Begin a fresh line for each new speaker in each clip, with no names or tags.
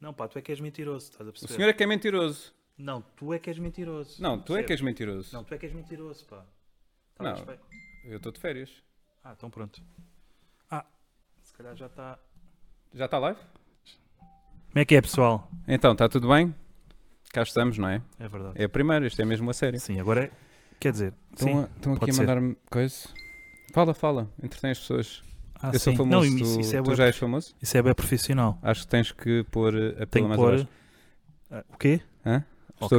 Não, pá, tu é que és mentiroso, estás a
O
perceber?
senhor é que é mentiroso.
Não, tu é que és mentiroso.
Não, tu é que és
Percebes?
mentiroso.
Não, tu é que és mentiroso, pá. Tá
Não.
bem, espera.
Eu estou de férias.
Ah, então pronto. Ah, se calhar já está.
Já está live?
Como é que é, pessoal?
Então, está tudo bem? Cá estamos, não é?
É verdade.
É Então, a primeira, isto é mesmo a sério.
Sim, agora é. Quer dizer,
Estão, a-
sim,
estão aqui
pode
a
ser.
mandar-me coisa. Fala, fala, entretém as pessoas.
Ah,
eu sou
sim.
famoso,
Não, isso,
tu,
isso é
tu
bué-
já és famoso?
isso é bem profissional.
Acho que tens que pôr eh, a pila
Tenho que
mais
pôr.
abaixo.
Ah, o quê?
Hã? Estou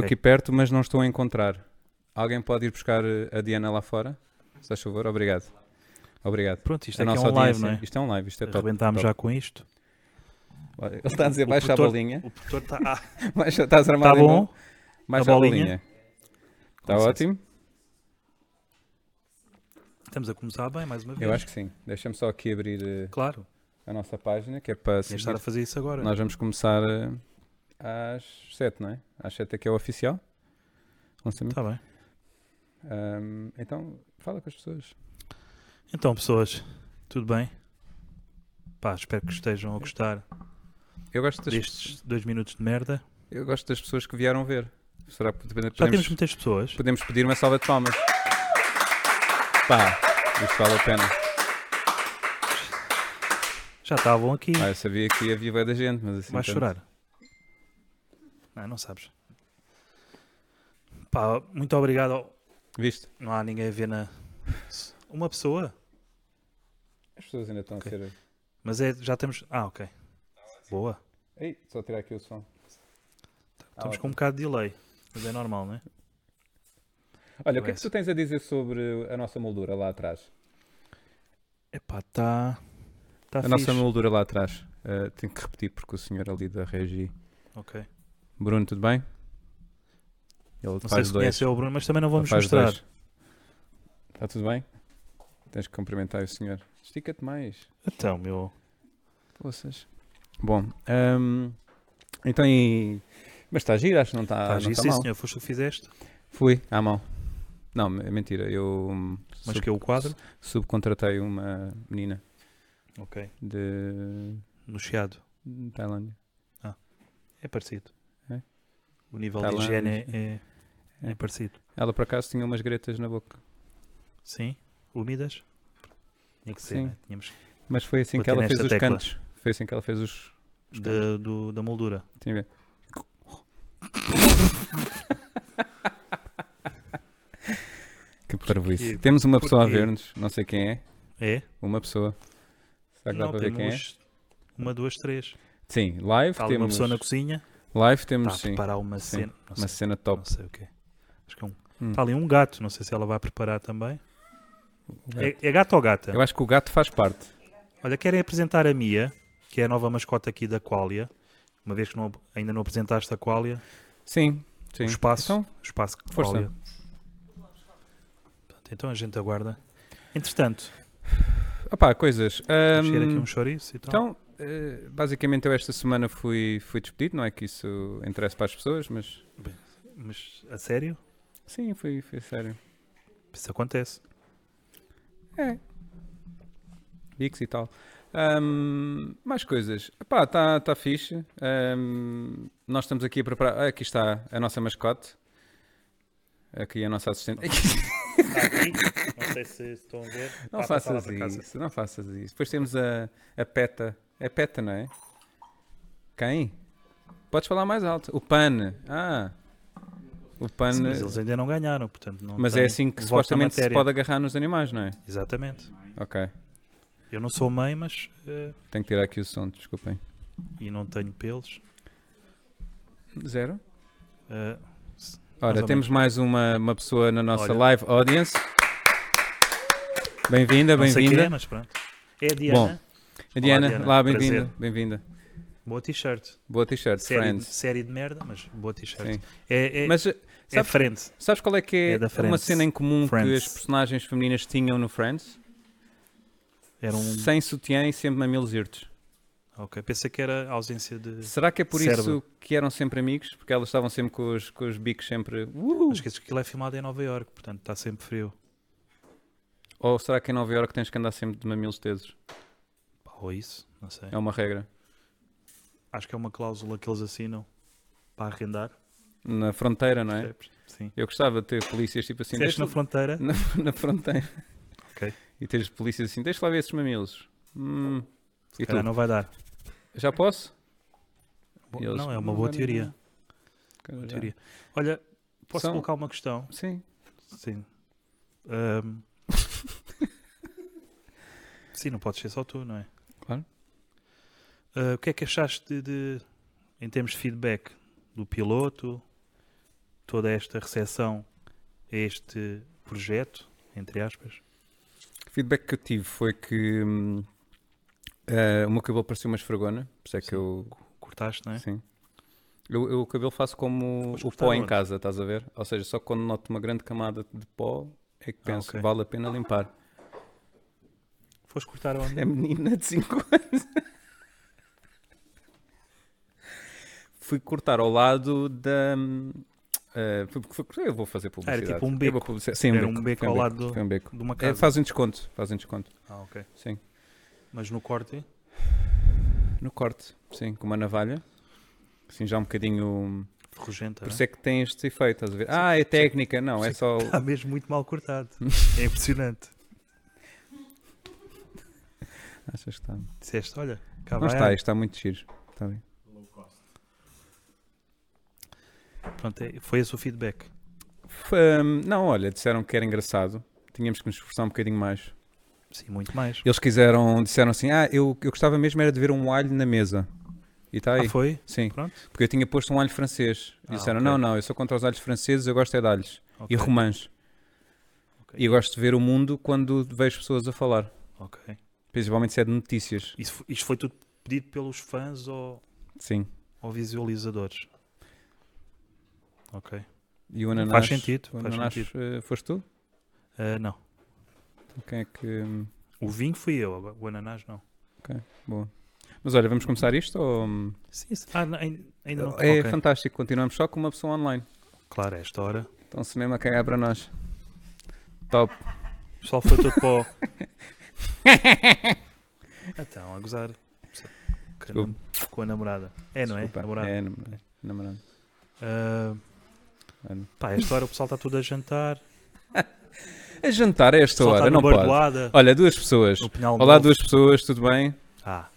Ok.
aqui perto, mas não estou a encontrar. Alguém pode ir buscar eh, a Diana lá fora? Se faz favor, obrigado. Obrigado.
Pronto, isto
A
é que é
nossa
um live,
audiência-
não é?
Isto é um live, isto é top.
Arrebentámos
top.
já com isto.
Olha, Ele está a dizer
O
baixa a
produtor-
bolinha.
O produtor está. Ah,
Baixa, estás
está
armado em
bom?
novo. Baixa
A
a
bolinha.
bolinha. Está
Com licença.
ótimo?
Estamos a começar bem, mais uma vez.
Eu acho que sim. Deixa-me só aqui abrir eh,
Claro,
a nossa página, que é para
tinha de estar a
seguir.
fazer isso agora.
Nós vamos começar eh, às 7, não é? Às 7 é que é o oficial. Lançamento.
Está Tá bem.
Ahm, então, fala com as pessoas.
Então, pessoas, tudo bem? Pá, espero que estejam a gostar
Eu gosto das,
destes dois minutos de merda.
eu gosto das pessoas que vieram ver. Será que podemos,
Já temos muitas pessoas.
podemos pedir uma salva de palmas? Pá, isto vale a pena.
Já estavam aqui.
Ah, eu sabia que ia viver da gente, mas assim.
Vais
tanto.
chorar. Não, não sabes. Pá, muito obrigado. ao-
Viste?
Não há ninguém a ver na. Uma pessoa?
As pessoas ainda estão
Ok.
a ser.
Mas é, já temos. Ah, ok. Boa.
Ei, só tirar aqui o som.
Estamos
Ah,
com um bocado de delay. Mas é normal, não é?
Olha, o que é que
Parece.
tu tens a dizer sobre a nossa moldura lá atrás?
Epá, está. Está
a
Tá fixe.
nossa moldura lá atrás. Ah, tenho que repetir porque o senhor ali da Regi.
Ok.
Bruno, tudo bem? Ele
Não sei
faz
se
dois.
conhece o Bruno, mas também não
Ele
vamos
faz
mostrar.
dois. Está tudo bem? Tens que cumprimentar o senhor. Estica-te mais.
Então, meu.
Poças. Bom, ahm, então e... Mas está giro, acho que não está
Tá,
Ah, não
giro,
está
sim,
mal.
senhor. Foste tu que fizeste.
Fui, à mão. Não, é mentira, eu hum,
Mas
sub-
que é o quadro.
subcontratei uma menina
Ok.
de
No Chiado.
de Tailândia.
É parecido.
É? Tá
O nível de
Tailândia,
higiene é- é, é
É.
parecido.
Ela por acaso tinha umas gretas na boca,
Sim. Úmidas. Tinha que ser,
Sim.
né? Tínhamos
mas foi assim
Bati
que ela
nesta
fez os
tecla.
cantos. Foi assim que ela fez os... Os
da, do- da moldura.
Tinha a ver. Que parvoíce.
Porquê?
Temos uma pessoa a
Porquê?
ver-nos, não sei quem é,
É?
uma pessoa. Será que dá
Não,
para ver quem é?
temos uma, duas, três.
Sim, live
Está ali uma
temos.
pessoa na Tá, cozinha.
Live
Está
temos
a
sim.
preparar uma
Sim.
cena. Não sei,
Uma cena
não
top.
sei o que é. Acho que é um...
Hum.
Está ali um gato. Não sei se ela vai preparar também.
Um gato.
É, é gato ou gata?
Eu acho que o gato faz parte.
Olha, querem apresentar a Mia, que é a nova mascota aqui da Qualia. Uma vez que não- ainda não apresentaste a Qualia,
Sim, sim.
o espaço,
Então,
o espaço
força.
Qualia. Portanto, então a gente aguarda. Entretanto,
opá, coisas.
vamos chegar aqui
Ahm,
um chouriço e tal.
hum, Então, eh, basicamente eu esta semana fui, fui despedido, não é que isso interesse para as pessoas, mas
Mas a sério?
sim, foi, foi sério.
Isso acontece.
Bix e tal. Ahm, mais coisas. Pá, está tá fixe. Ahm, nós estamos aqui a preparar. ah, Aqui está a nossa mascote. Aqui a nossa assistente.
Não sei se estão a ver.
Não faças isso, não faças isso. Depois temos a, a PETA. É PETA, não é? Quem? Podes falar mais alto. O PAN. Ah. O PAN.
mas eles ainda não ganharam, portanto não
Mas
têm um
é assim que
voto na
supostamente se
matéria.
pode agarrar nos animais, não é?
Exatamente.
Ok.
Eu não sou mãe, mas... eh,
Tenho que tirar aqui o som, desculpem.
e não tenho pelos.
Zero.
eh,
Tá
Mais
Ora,
ou
temos mais uma, uma pessoa na nossa
Olha.
live audience. Bem-vinda,
não sei quem é,
bem-vinda.
mas pronto. É a Diana.
A Diana,
Diana.
lá,
Prazer.
bem-vinda, bem-vinda.
Boa t-shirt.
Boa t-shirt,
série, de-
Friends.
série de merda, mas boa t-shirt.
Sim.
É, é,
Mas eh,
é
sabes-
frente.
Sabes qual é que é,
É da
uma
Friends.
cena em comum que
Friends.
as personagens femininas tinham no Friends?
Era um.
Sem sutiã e sempre mamilos irtos.
Ok, pensei que era ausência de.
Será que é por
Cérebro.
isso que eram sempre amigos? Porque elas estavam sempre com os, com os bicos sempre... "Uh!"
Não esqueças que aquilo é filmado em Nova York, portanto está sempre frio.
Ou será que em Nova Iorque tens que andar sempre de mamilos tesos?
Pá, Ou isso, não sei.
É uma regra.
Acho que é uma cláusula que eles assinam para arrendar.
Na fronteira, não é?
percebes? Sim.
Eu gostava de ter polícias tipo assim.
Disseste
deixa-
na fronteira.
na, na fronteira.
Ok.
E teres polícias assim, deixa lá ver esses mamilos. Hum, e tu?
Cara, não vai dar.
Já posso?
Bo-
E eles-
Não, é uma
não
boa
vai
teoria.
dar. Cara,
Boa
já.
teoria. Olha, posso
São-
colocar uma questão?
Sim.
Sim. Ahm. Sim, não podes ser só tu, não é?
Claro.
Ah, o que é que achaste de, de- em termos de feedback do piloto, toda esta recepção a este projeto, entre aspas?
O feedback que eu tive foi que hum, eh, o meu cabelo parecia uma esfregona. Por isso é que
Sim.
eu
Cortaste, não é?
Sim. Eu, eu o cabelo faço como
Podes
o
cortar
pó em
onde?
casa, estás a ver? Ou seja, só quando noto uma grande camada de pó é que
Ah,
penso,
ok.
vale a pena limpar.
Foste cortar onde?
É menina de 5 anos. Fui cortar ao lado da. eh, fui- fui- eu vou fazer publicidade.
tipo um
Eu
beco.
vou publici- Sim, um
Era um beco
foi
ao lado do-
foi um beco.
De uma
É,
casa.
fazem desconto, fazem desconto.
Ah, ok.
Sim.
Mas no corte,
No corte, sim, com uma navalha. Assim, já um bocadinho.
ferrugenta.
Por
não é?
isso é que tem este efeito, estás a ver? Ah, é técnica, não, é só.
Está mesmo muito mal cortado. É impressionante.
Achas que está.
Disseste, olha, cá
Não
vai.
está, isto está muito giro. Está bem.
Pronto, é- foi esse o feedback.
F- hum, não, olha, disseram que era engraçado. Tínhamos que nos esforçar um bocadinho mais.
Sim, muito mais.
Eles quiseram, disseram assim: Ah, eu, eu gostava mesmo era de ver um alho na mesa. E está aí.
Ah, foi?
Sim,
Pronto.
porque eu tinha posto um alho francês. E
Ah,
disseram:
ok.
Não, não, eu sou contra os alhos franceses, eu gosto é de alhos.
Ok,
E romãs.
Ok.
E eu gosto de ver o mundo quando vejo pessoas a falar.
ok.
Principalmente se é de notícias.
Isso, fo- isto foi tudo pedido pelos fãs ou,
Sim.
ou visualizadores? Ok.
E o ananás.
Faz sentido,
O
faz
ananás
sentido.
eh, foste tu?
Ah, não.
Então Quem é que. hum,
O vinho fui eu, agora o ananás não.
Boa. Mas olha, vamos começar isto ou. hum,
Sim, sim. Ah, não, ain- ainda não.
É
Ok.
fantástico, continuamos só com uma pessoa online.
Claro, a esta hora.
Então se mesmo a cagar para nós. Top.
O pessoal foi todo para o... Então, a gozar. Com a nam- Com a namorada. É, não é?
Desculpa.
Namorada.
É, namorado. namorado.
Ah,
Olha.
pá, a esta hora o pessoal está tudo a jantar.
A É jantar a
O
esta
pessoal está
hora,
numa
não pode.
bardoada.
Olha, duas pessoas.
No Pinhal
Olá,
Novo.
duas pessoas, tudo bem?
Ah,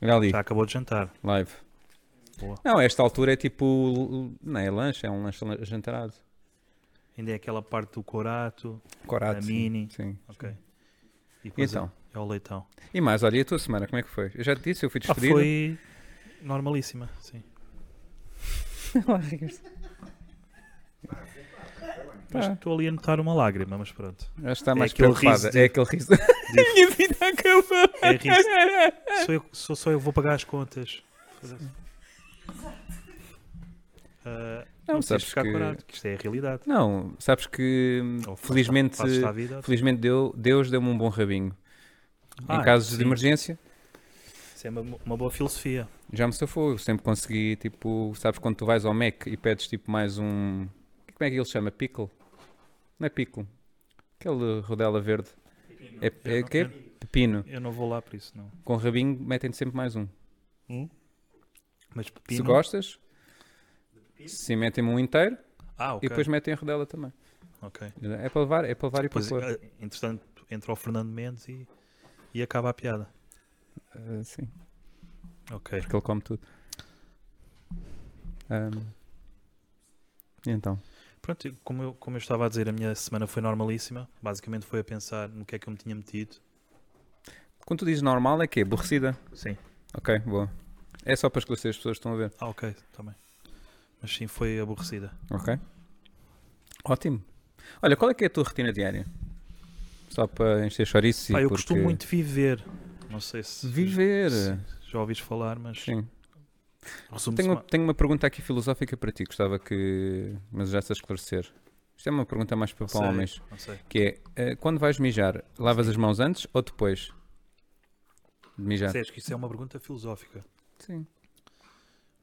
Olha ali,
já acabou de jantar.
live.
Boa.
Não, a esta altura é tipo. l- Não é lanche, é um lanche lan- jantarado.
Ainda é aquela parte do corato,
Corado.
da
Ah, sim.
mini.
Sim.
Ok. E
E
depois
então?
é o leitão.
E mais, olha, e a tua semana, como é que foi? Eu já te disse, eu fui
Ah,
despedido.
foi normalíssima, sim. Mas
Tá.
estou ali a notar uma lágrima, mas pronto.
Já está
É
mais
aquele riso
preocupada.
de-
É aquele riso. a minha vida acabou.
É risco. sou, eu, sou só eu que vou pagar as contas. Foda-se. Ah,
Não,
não sabes
sabes
ficar
que-
corado, que isto é a realidade.
Não, sabes que hum,
Ou fa-
felizmente,
Fazes-te à vida.
felizmente deu, Deus deu-me um bom rabinho.
Ah,
em casos
sim.
de emergência,
Isso é uma, uma boa filosofia.
já me safou. Eu sempre consegui, tipo, sabes quando tu vais ao Mac e pedes tipo mais um. Como é que ele chama? Pickle? Não é pickle. Aquele rodela verde. É, é,
Eu não-
o quê? Pepino.
Eu não vou lá por isso, não.
Com rabinho metem-te sempre mais um.
Mas
Se
pepino.
gostas, sim, metem-me um inteiro
Ah, ok.
e depois metem a rodela também.
ok.
É para levar, é para levar e para
Pois,
pôr.
ah, entretanto, entra o Fernando Mendes e, e acaba a piada.
Ah, sim.
Ok.
Porque ele come tudo. Ahm, e então,
Pronto, eu- como eu, como eu estava a dizer, a minha semana foi normalíssima. Basicamente foi a pensar no que é que eu me tinha metido.
quando tu dizes normal é que Aborrecida?
Sim.
Ok, boa. É só para esclarecer as pessoas que estão a ver.
Ah, ok, também. Mas sim, foi aborrecida.
Ok. Ótimo. Olha, qual é que é a tua rotina diária? Só para encher chouriço e
Pá, eu
porque-
costumo muito viver. Não sei se
Viver.
se já ouviste falar, mas
Sim.
resumo-se
Tenho,
ma-
tenho uma pergunta aqui filosófica para ti, gostava que... Mas já se a esclarecer. Isto é uma pergunta mais para, para
Sei.
homens.
Não sei.
Que é, eh, quando vais mijar, lavas as mãos antes ou depois? De mijar.
Disseste que isso é uma pergunta filosófica.
Sim.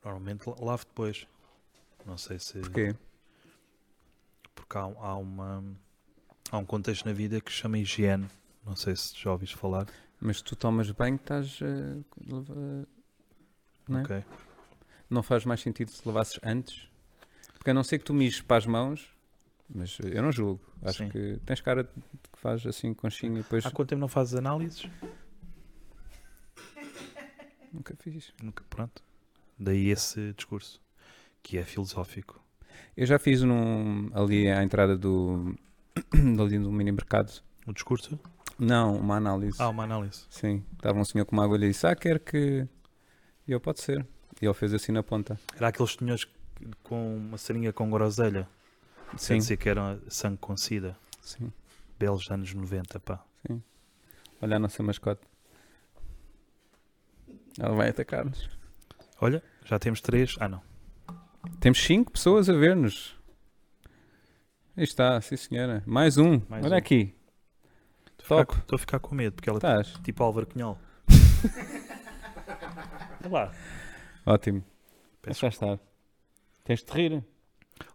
Normalmente la- lavo depois. Não sei se.
Porquê?
Porque há, um- há uma. Há um contexto na vida que se chama higiene. Não sei se já ouviste falar.
Mas tu tomas banho, estás. eh, lava- Não é?
Ok.
Não faz mais sentido se lavasses antes? Porque a não ser que tu mires para as mãos, mas eu não julgo. Acho
Sim.
que tens cara de que faz assim conchinha e depois
Há quanto tempo não fazes análises?
nunca fiz.
Nunca, pronto. Daí esse discurso, que é filosófico.
Eu já fiz num, ali à entrada do, ali do mini mercado.
O discurso?
Não, uma análise.
Ah, uma análise.
Sim, estava um senhor com uma agulha e disse, ah, quer que... E eu, pode ser. E ele fez assim na ponta.
Era aqueles senhores que- com uma seringa com groselha. Sem
Sim,
dizer que era sangue com sida.
sim.
Belos anos 90, pá.
Olha a nossa mascote. Ela vai atacar-nos.
Olha, já temos três. Ah, não.
Temos cinco pessoas a ver-nos. Aí está, sim senhora. Mais um.
Mais
Olha
um.
aqui.
Estou a
Top. Tá.
ficar- estou a ficar com medo, porque ela
Estás.
é tipo Álvaro Cunhal. Olha lá.
Ótimo.
Peço
Já está. Tens de rir.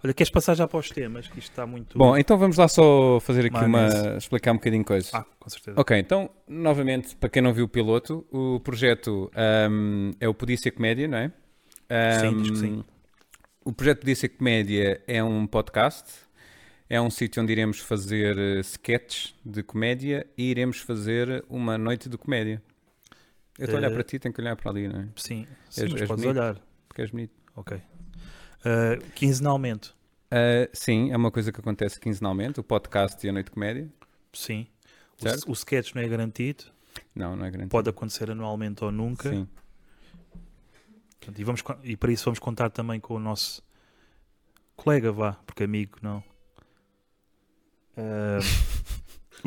Olha, queres passar já para os temas? Que isto está muito.
Bom, então vamos lá só fazer aqui
Maionese.
uma... Explicar um bocadinho coisa.
ah, com certeza.
Ok, então, novamente, para quem não viu o piloto, o projeto ahm, é o Podia Ser Comédia, não é?
Sim, diz que
Ahm,
sim.
O projeto Podia Ser Comédia é um podcast, é um sítio onde iremos fazer eh, sketches de comédia e iremos fazer uma noite de comédia. Eu estou a olhar
Eh,
para ti, tenho que olhar para ali, não é?
Sim, sim
És-
mas
és
podes
bonito.
olhar.
Porque és bonito.
Ok. Ah, quinzenalmente.
Ah, sim, é uma coisa que acontece quinzenalmente, o podcast e a noite de comédia.
Sim.
Certo.
O, o sketch não é garantido.
Não, não é grande.
Pode acontecer anualmente ou nunca.
Sim.
Portanto, e, vamos, con- e para isso vamos contar também com o nosso colega, vá, porque amigo não. Ah,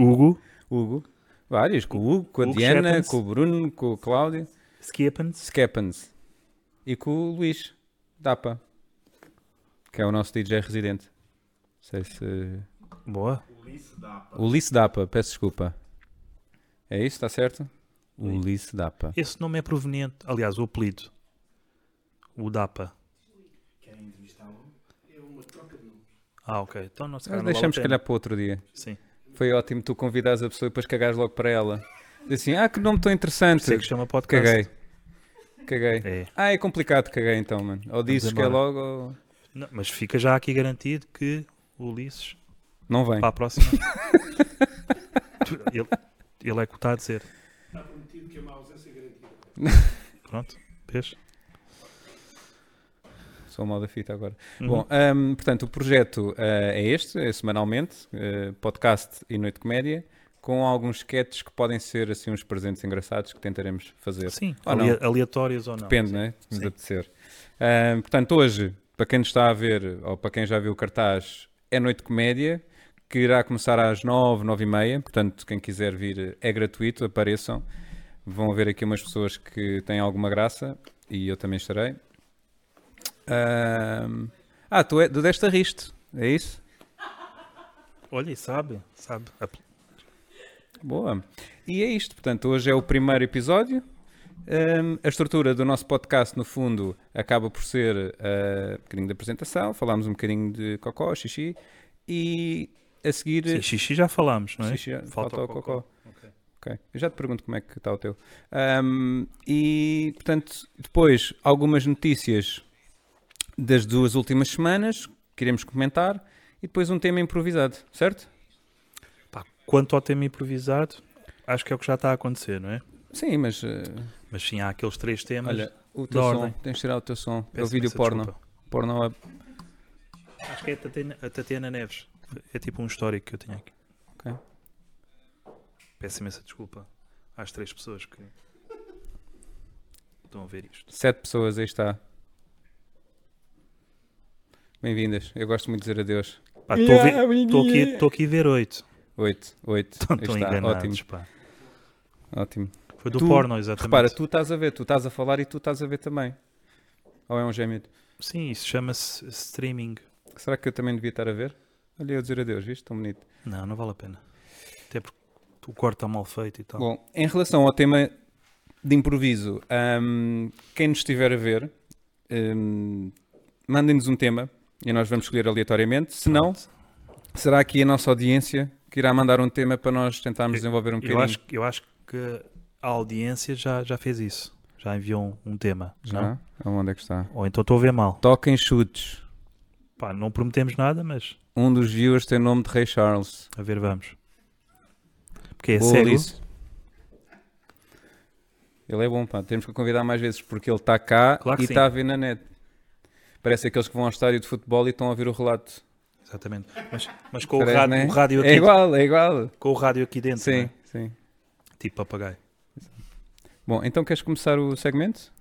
Hugo
Hugo. Vários, com o Hugo, com a
Hugo
Diana,
Shepens.
com o Bruno, com o Cláudio.
Skippens.
Skeppens e com o Luís Dapa, que é o nosso DJ residente. Não sei se.
Boa.
Ulice Dapa, peço desculpa. É isso, está certo? Ulice Dapa.
Esse nome é proveniente, aliás, o apelido. O DAPA. Querem entrevistá-lo? É uma troca de nomes. Ah, ok. Então não se calhar
Mas
não vale a
deixamos, se
pena.
calhar, para outro dia.
Sim.
Foi ótimo tu convidares a pessoa e depois cagares logo para ela. Diz assim: Ah, que nome tão interessante.
Sei é que se chama podcast.
Caguei. Caguei.
É.
Ah, é complicado, caguei então, mano. Ou dizes que é
embora.
logo ou.
Não, mas fica já aqui garantido que o Ulisses
Não vem.
Para a próxima. Tu- ele, ele é que o está a dizer. Pronto, vês?
Sou um mal da fita agora.
Uhum.
Bom, ahm, portanto, o projeto ah, é este, é semanalmente, eh, podcast e noite de comédia, com alguns sketches que podem ser assim uns presentes engraçados que tentaremos fazer.
Sim,
Ou
ale-
Ah, não.
aleatórias ou não.
Depende, né? Se nos
Sim.
apetecer. Ahm, portanto, hoje, para quem nos está a ver, ou para quem já viu o cartaz, é noite de comédia, que irá começar às nove, nove e meia, portanto, quem quiser vir eh, é gratuito, apareçam. Vão haver aqui umas pessoas que têm alguma graça, e eu também estarei. Ahm, Ah, tu é do Desta Riste, é isso?
Olha, e sabe, sabe. Ap-
Boa. E é isto, portanto, hoje é o primeiro episódio. Ahm, a estrutura do nosso podcast, no fundo, acaba por ser ah, um bocadinho de apresentação, falámos um bocadinho de cocó, xixi, e a seguir...
Sim, xixi já falámos, não é?
Xixi, falta, o cocó.
Ok.
Ok, eu já te pergunto como é que está o teu. Ahm, e, portanto, depois, algumas notícias das duas últimas semanas que iremos comentar e depois um tema improvisado, certo?
Pá, quanto ao tema improvisado, acho que é o que já está a acontecer, não é?
Sim, mas... ah,
Mas sim, há aqueles três temas.
Olha, o teu
da
som,
ordem.
tens de tirar o teu som. é o
Peço
vídeo
imensa
porno.
desculpa.
Porno é-
Acho que é a Tatiana, a Tatiana Neves. É tipo um histórico que eu tenho aqui.
Ok.
Peço imensa desculpa às três pessoas que estão a ver isto.
Sete pessoas, aí está. Bem-vindas. Eu gosto muito de dizer adeus.
Pá, Estou a ver- estou aqui, estou aqui a ver oito.
Oito, oito.
Estão
Aí
estão
está.
enganados,
Ótimo,
pá.
ótimo.
Foi do
Tu-
porno, exatamente.
Repara, tu estás a ver, tu estás a falar e tu estás a ver também. Ou é um gêmeo?
Sim, isso chama-se streaming.
Será que eu também devia estar a ver? Olha eu a dizer adeus, viste? Tão bonito.
Não, não vale a pena. Até porque o corte está mal feito e tal.
Bom, em relação ao tema de improviso, ahm, quem nos estiver a ver, ahm, mandem-nos um tema e nós vamos escolher aleatoriamente. Se não,
Pronto.
será aqui a nossa audiência que irá mandar um tema para nós tentarmos
Eu-
desenvolver um
eu
bocadinho?
acho, eu acho que a audiência já, já fez isso. Já enviou um, um tema? Não?
Já? Onde é que está?
Ou então estou a ver mal.
Toquem chutes.
Pá, não prometemos nada, mas
Um dos viewers tem nome de Rei Charles.
a ver, vamos. Porque é
Boa,
cego.
Ulisses. Ele é bom, pá. Temos que o convidar mais vezes porque ele está cá
Claro que
e
sim.
está a ver na net. Parece aqueles que vão ao estádio de futebol e estão a ouvir o relato.
Exatamente. Mas, mas com, o
Parece,
rádio,
né?
o rádio aqui,
É igual, é igual.
com o rádio aqui dentro,
Sim,
né?
sim.
tipo papagaio.
Bom, então queres começar o segmento?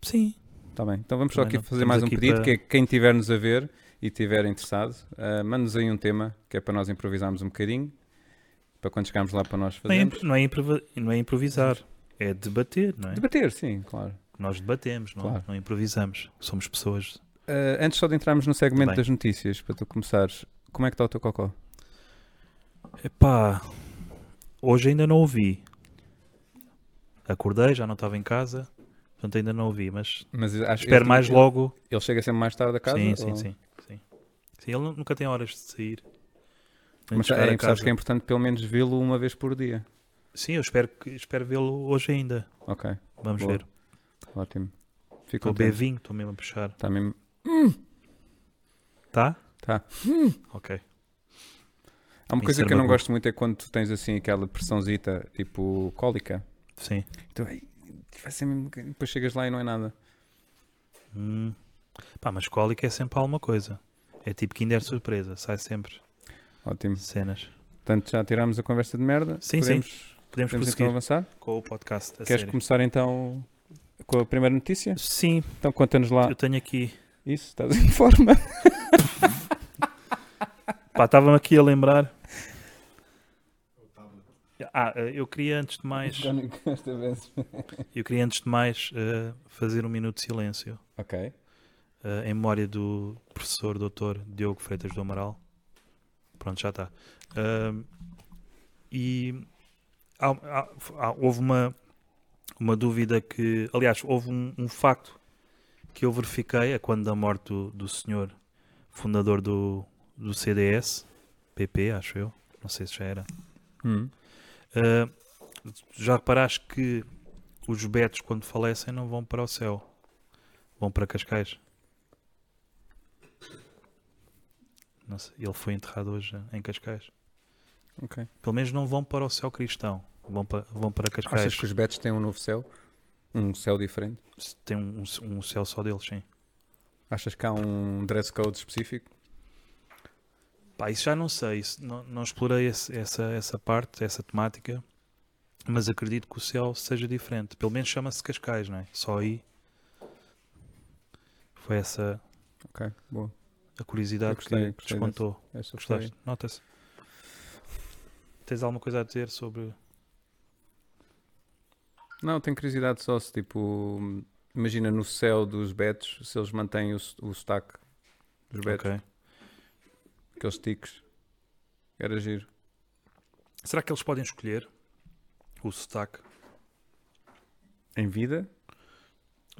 Sim.
Está bem. Então vamos só
Também
aqui
não.
fazer
Estamos
mais um
aqui
pedido,
para-
que é quem estiver-nos a ver e estiver interessado, ah, manda-nos aí um tema, que é para nós improvisarmos um bocadinho, para quando chegarmos lá para nós
Não é,
fazermos.
impro- não é improva- não é improvisar, é debater, não é?
Debater, sim, claro.
Nós debatemos, não, é?
Claro.
não improvisamos. Somos pessoas.
Ah, antes só de entrarmos no segmento
Bem.
das notícias, para tu começares, como é que está o teu cocó?
Epá, hoje ainda não ouvi. Acordei, já não estava em casa, portanto ainda não ouvi, mas
Mas acho
espero
ele-
mais
ele-
logo.
Ele chega sempre mais tarde a casa?
Sim, sim,
ou-
sim, sim. Sim, ele nu- nunca tem horas de sair. Nem de
Mas
chegar a
é, sabes
casa.
que é importante pelo menos vê-lo uma vez por dia.
Sim, eu espero, que- espero vê-lo hoje ainda.
Ok,
Vamos
Boa.
ver.
ótimo. Fico
Estou
contente.
bevinho, estou mesmo a puxar.
Está mesmo.
Tá?
Tá.
Ok.
Há uma
Em
coisa que eu
Sarmago.
não gosto muito é quando tu tens assim aquela pressãozita, tipo cólica.
Sim.
Tu, "Ai, vai ser mesmo que-" Depois chegas lá e não é nada.
Hum. Pá, mas cólica é sempre alguma coisa. É tipo Kinder Surpresa, sai sempre
Ótimo.
cenas.
Portanto, já tirámos a conversa de merda.
Sim,
podemos,
Podemos
podemos então
prosseguir
avançar.
com o podcast a
Queres
sério.
começar então com a primeira notícia?
Sim,
Então conta-nos lá
eu tenho aqui.
isso, estás em forma.
Pá, estava-me aqui a lembrar. Ah, eh, eu queria antes de mais,
Esta vez.
eu queria antes de mais eh, fazer um minuto de silêncio
Ok.
eh, em memória do professor doutor Diogo Freitas do Amaral. Pronto, já está. Ahm, e há- há- há- houve uma, uma dúvida que, aliás, houve um, um facto que eu verifiquei a quando da morte do, do senhor fundador do, do CDS, PP, acho eu, não sei se já era.
Hum.
Ah, já reparaste que os betos, quando falecem, não vão para o céu, vão para Cascais. Não sei, ele foi enterrado hoje em Cascais.
Ok.
Pelo menos não vão para o céu cristão, vão para, vão para Cascais.
Achas que os betos têm um novo céu? Um céu diferente?
Tem um, um- um céu só deles, sim.
Achas que há um dress code específico?
Pá, isso já não sei, isso não, não explorei esse- essa, essa parte, essa temática, mas acredito que o céu seja diferente. Pelo menos chama-se Cascais, não é? Só aí foi essa
Ok, boa. É
a curiosidade
Eu gostei,
que
gostei
despontou.
Essa foi.
Gostaste? Nota-se. Tens alguma coisa a dizer sobre.
Não, tenho curiosidade só se, tipo, imagina no céu dos betos, se eles mantêm o, s- o sotaque dos betos,
Ok.
aqueles tiques. Era giro.
Será que eles podem escolher o sotaque?
Em vida?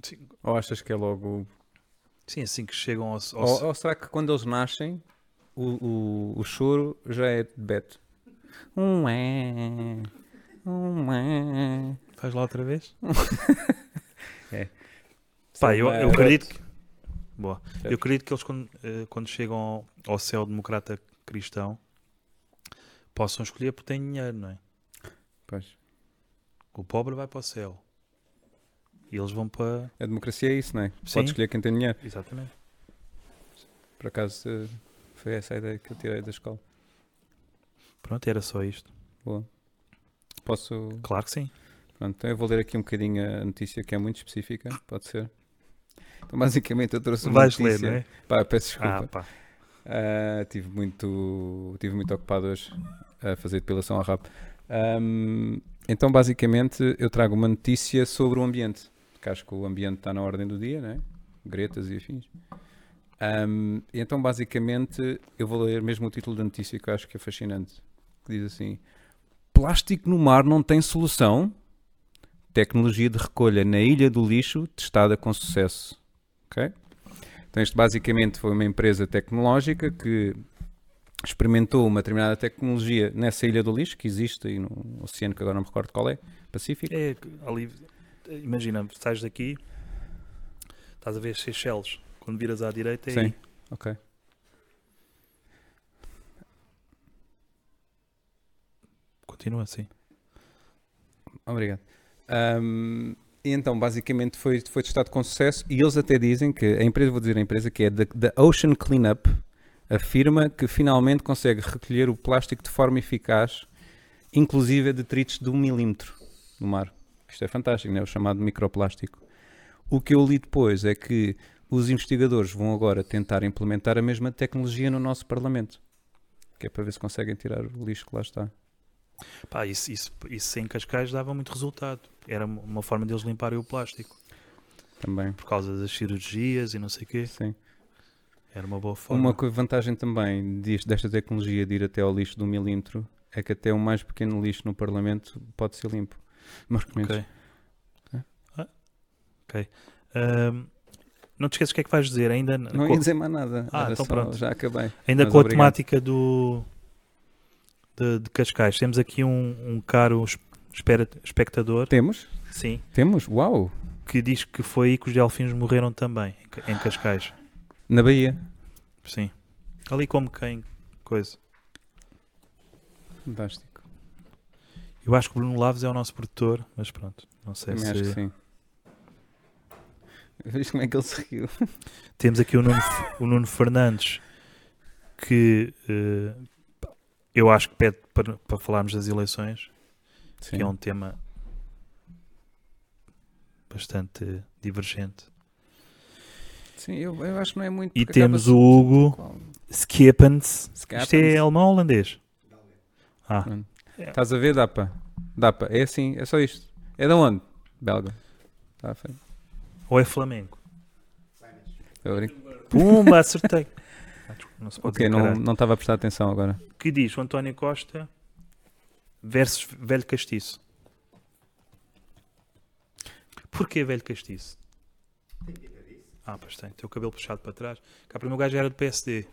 Sim,
Ou achas que é logo.
Sim, assim que chegam ao. ao-
Ou, ou será que quando eles nascem, o, o, o choro já é de beto? Um é. Um é.
Faz lá outra vez?
É.
Pá, eu, eu acredito que. Boa.
Certo.
Eu acredito que eles, quando, eh, quando chegam ao, ao céu democrata cristão, possam escolher porque têm dinheiro, não é?
Pois.
O pobre vai para o céu. E eles vão para.
A democracia é isso, não é?
Sim.
Pode escolher quem tem dinheiro.
Exatamente.
Por acaso eh, foi essa a ideia que eu tirei da escola.
Pronto, era só isto.
Boa. Posso.
Claro que sim.
Pronto, então eu vou ler aqui um bocadinho a notícia que é muito específica, pode ser? Então, basicamente, eu trouxe uma
Vais ler,
notícia.
não é?
Pá, peço
Ah,
desculpa.
pá.
Ah, tive muito, tive muito ocupado hoje a fazer depilação ao rabo. Ahm, então, basicamente, eu trago uma notícia sobre o ambiente, que acho que o ambiente está na ordem do dia, né? Gretas e afins. Ahm, e então, basicamente, eu vou ler mesmo o título da notícia que eu acho que é fascinante, que diz assim: Plástico no mar não tem solução. Tecnologia de recolha na ilha do lixo testada com sucesso. Ok? Então, isto basicamente foi uma empresa tecnológica que experimentou uma determinada tecnologia nessa ilha do lixo que existe aí no oceano que agora não me recordo qual é, Pacífico.
É, ali, imagina, sais daqui, estás a ver Seychelles, quando viras à direita é
Sim.
aí.
Ok.
Continua assim.
Obrigado. Ahm, e então, basicamente, foi, foi testado com sucesso e eles até dizem que a empresa, vou dizer a empresa, que é The, The Ocean Cleanup, afirma que finalmente consegue recolher o plástico de forma eficaz, inclusive a detritos de um milímetro no mar. Isto é fantástico, né? o chamado microplástico. O que eu li depois é que os investigadores vão agora tentar implementar a mesma tecnologia no nosso Parlamento. Que é para ver se conseguem tirar o lixo que lá está.
Pá, isso, isso, isso em Cascais dava muito resultado. Era uma forma deles limparem o plástico.
Também.
Por causa das cirurgias e não sei o quê.
Sim.
Era uma boa forma.
Uma co- vantagem também dis- desta tecnologia de ir até ao lixo do milímetro é que até o mais pequeno lixo no Parlamento pode ser limpo. Meus
Ok.
comentários. É?
Ah, ok. Ahm, não te esqueças o que é que vais dizer ainda, na-
Não
co-
ia dizer mais nada.
Ah,
Era
então
só-
pronto.
Já acabei.
ainda
mas
com a
obrigado.
temática do de, de Cascais. Temos aqui um, um caro es- espera- espectador,
Temos?
sim,
Temos? Uau!
que diz que foi aí que os delfins morreram também em Ca- em Cascais.
Na Bahia.
Sim. Ali como quem coisa.
Fantástico.
Eu acho que o Bruno Laves é o nosso produtor, mas pronto, não sei
Também acho que
se
sim. Vês como é que ele se riu?
Temos aqui o Nuno, F- o Nuno Fernandes, que eh, eu acho que pede para, para falarmos das eleições, que é um tema bastante divergente.
Sim, eu, eu acho que não é muito.
E
porque acaba
temos
se-
o Hugo. Skippens.
Se
Isto é alemão ou holandês? Ah,
Estás a ver, Dapa? Dapa, é assim, é só isto. É de onde? Belga. Tá, Está a frente.
ou é Flamengo?
Estou a brincar.
Pumba, acertei. Ah, desculpa, Não se pode
Ok,
dizer
não
caralho.
não estava a prestar atenção agora.
Que diz o António Costa versus Velho Castiço. Porquê Velho Castiço? Ah, pois tem. Tem o cabelo puxado para trás. Cá para o meu gajo era do PSD.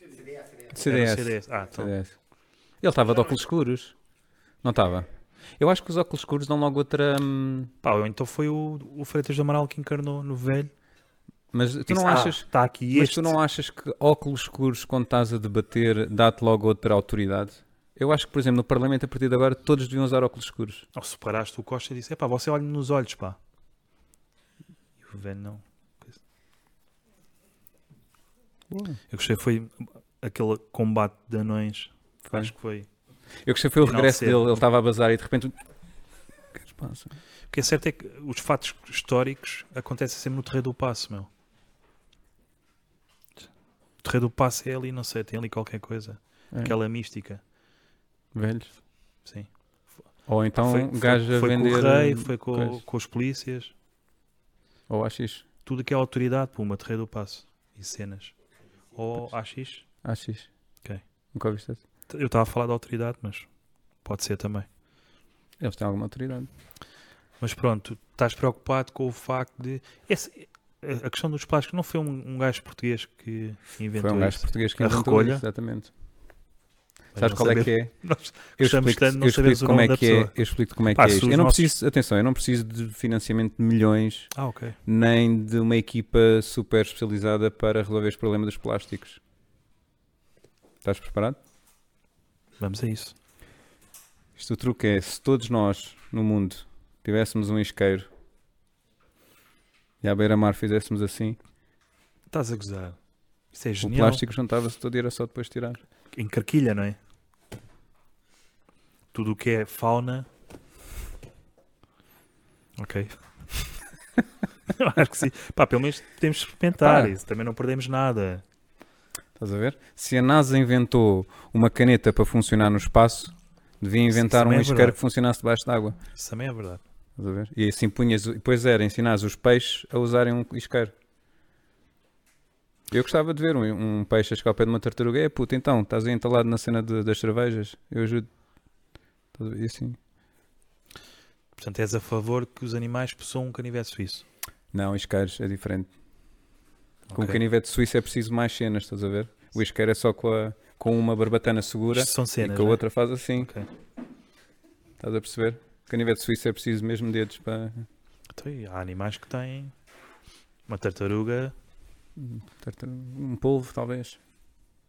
Era do
CDS.
CDS. Ah, então.
CDS. Ele estava de óculos escuros. Não estava. Eu acho que os óculos escuros dão logo outra. hum,
Pá, ou então foi o, o Freitas do Amaral que encarnou no velho.
Mas tu
Disse,
não
"Ah,
achas.
Está aqui
Mas
este.
tu não achas que óculos escuros, quando estás a debater, dá-te logo outra autoridade? Eu acho que, por exemplo, no Parlamento, a partir de agora, todos deviam usar óculos escuros.
Ou se paraste o Costa e disse: é pá, você olha-me nos olhos, pá. E o velho não. Eu gostei, foi aquele combate de anões.
Foi.
Acho que foi.
Eu gostei foi o
Final
regresso
cedo.
dele. Ele estava a bazar e de repente. O que é que se passa?
O que é certo é que os fatos históricos acontecem sempre no Terreiro do Passo, meu. O Terreiro do Passo é ali, não sei, tem ali qualquer coisa.
É.
Aquela mística.
Velhos.
Sim.
Ou então,
Ah, foi, foi-
gajo a
foi
vender.
com o rei,
hum,
foi com,
coisa.
com os polícias.
Ou acho isso.
Tudo que é autoridade, puma, Terreiro do Passo. E cenas. Ou AX.
Acho isso.
Ok.
Nunca ouviste essa?
Eu estava a falar da autoridade, mas pode ser também.
Eles têm alguma autoridade.
Mas pronto, estás preocupado com o facto de. Esse- a a questão dos plásticos não foi um, um gajo português que inventou
Foi um gajo
isso.
português que
A
inventou
recolha.
isso, exatamente.
Mas
Sabes
não
qual é
sabemos-
que é?
Nós
Eu
gostamos
explico,
tanto de não
eu
sabermos
explico
o
como
nome
é
da
que é.
pessoa.
Eu explico como é que
Pá,
é
se
isto.
os
Eu não
nossos-
preciso, atenção, eu não preciso de financiamento de milhões
Ah, ok.
nem de uma equipa super especializada para resolver este problema dos plásticos. Estás preparado?
Vamos a isso.
Isto o truque é, se todos nós no mundo tivéssemos um isqueiro e à beira-mar fizéssemos assim,
Estás a gozar. Isso é
o
genial.
plástico juntava-se todo e era só depois tirar.
Encarquilha, não é? Tudo o que é fauna. Ok. Acho que sim. Pá, pelo menos temos de experimentar
Pá.
isso. Também não perdemos nada.
Estás a ver? Se a NASA inventou uma caneta para funcionar no espaço, devia inventar um
também é
isqueiro
verdade.
que funcionasse debaixo d'água.
Isso também é verdade.
Estás a ver? E assim punhas, depois era ensinar os peixes a usarem um isqueiro. Eu gostava de ver um, um peixe a chegar ao pé de uma tartaruga. É puto, então, estás aí entalado na cena de- das cervejas? Eu ajudo. Estás a ver? E assim.
Portanto, és a favor que os animais possuam um canivete suíço.
Não, isqueiros é diferente. Com o
Ok.
canivete suíço é preciso mais cenas, estás a ver? O isqueiro é só com, a- com uma barbatana segura
Isto são
e
cenas.
com a
né?
outra faz assim.
Ok.
Estás a perceber? Canivete suíço é preciso mesmo dedos para.
Então, e há animais que têm uma tartaruga.
tartar- Um polvo, talvez.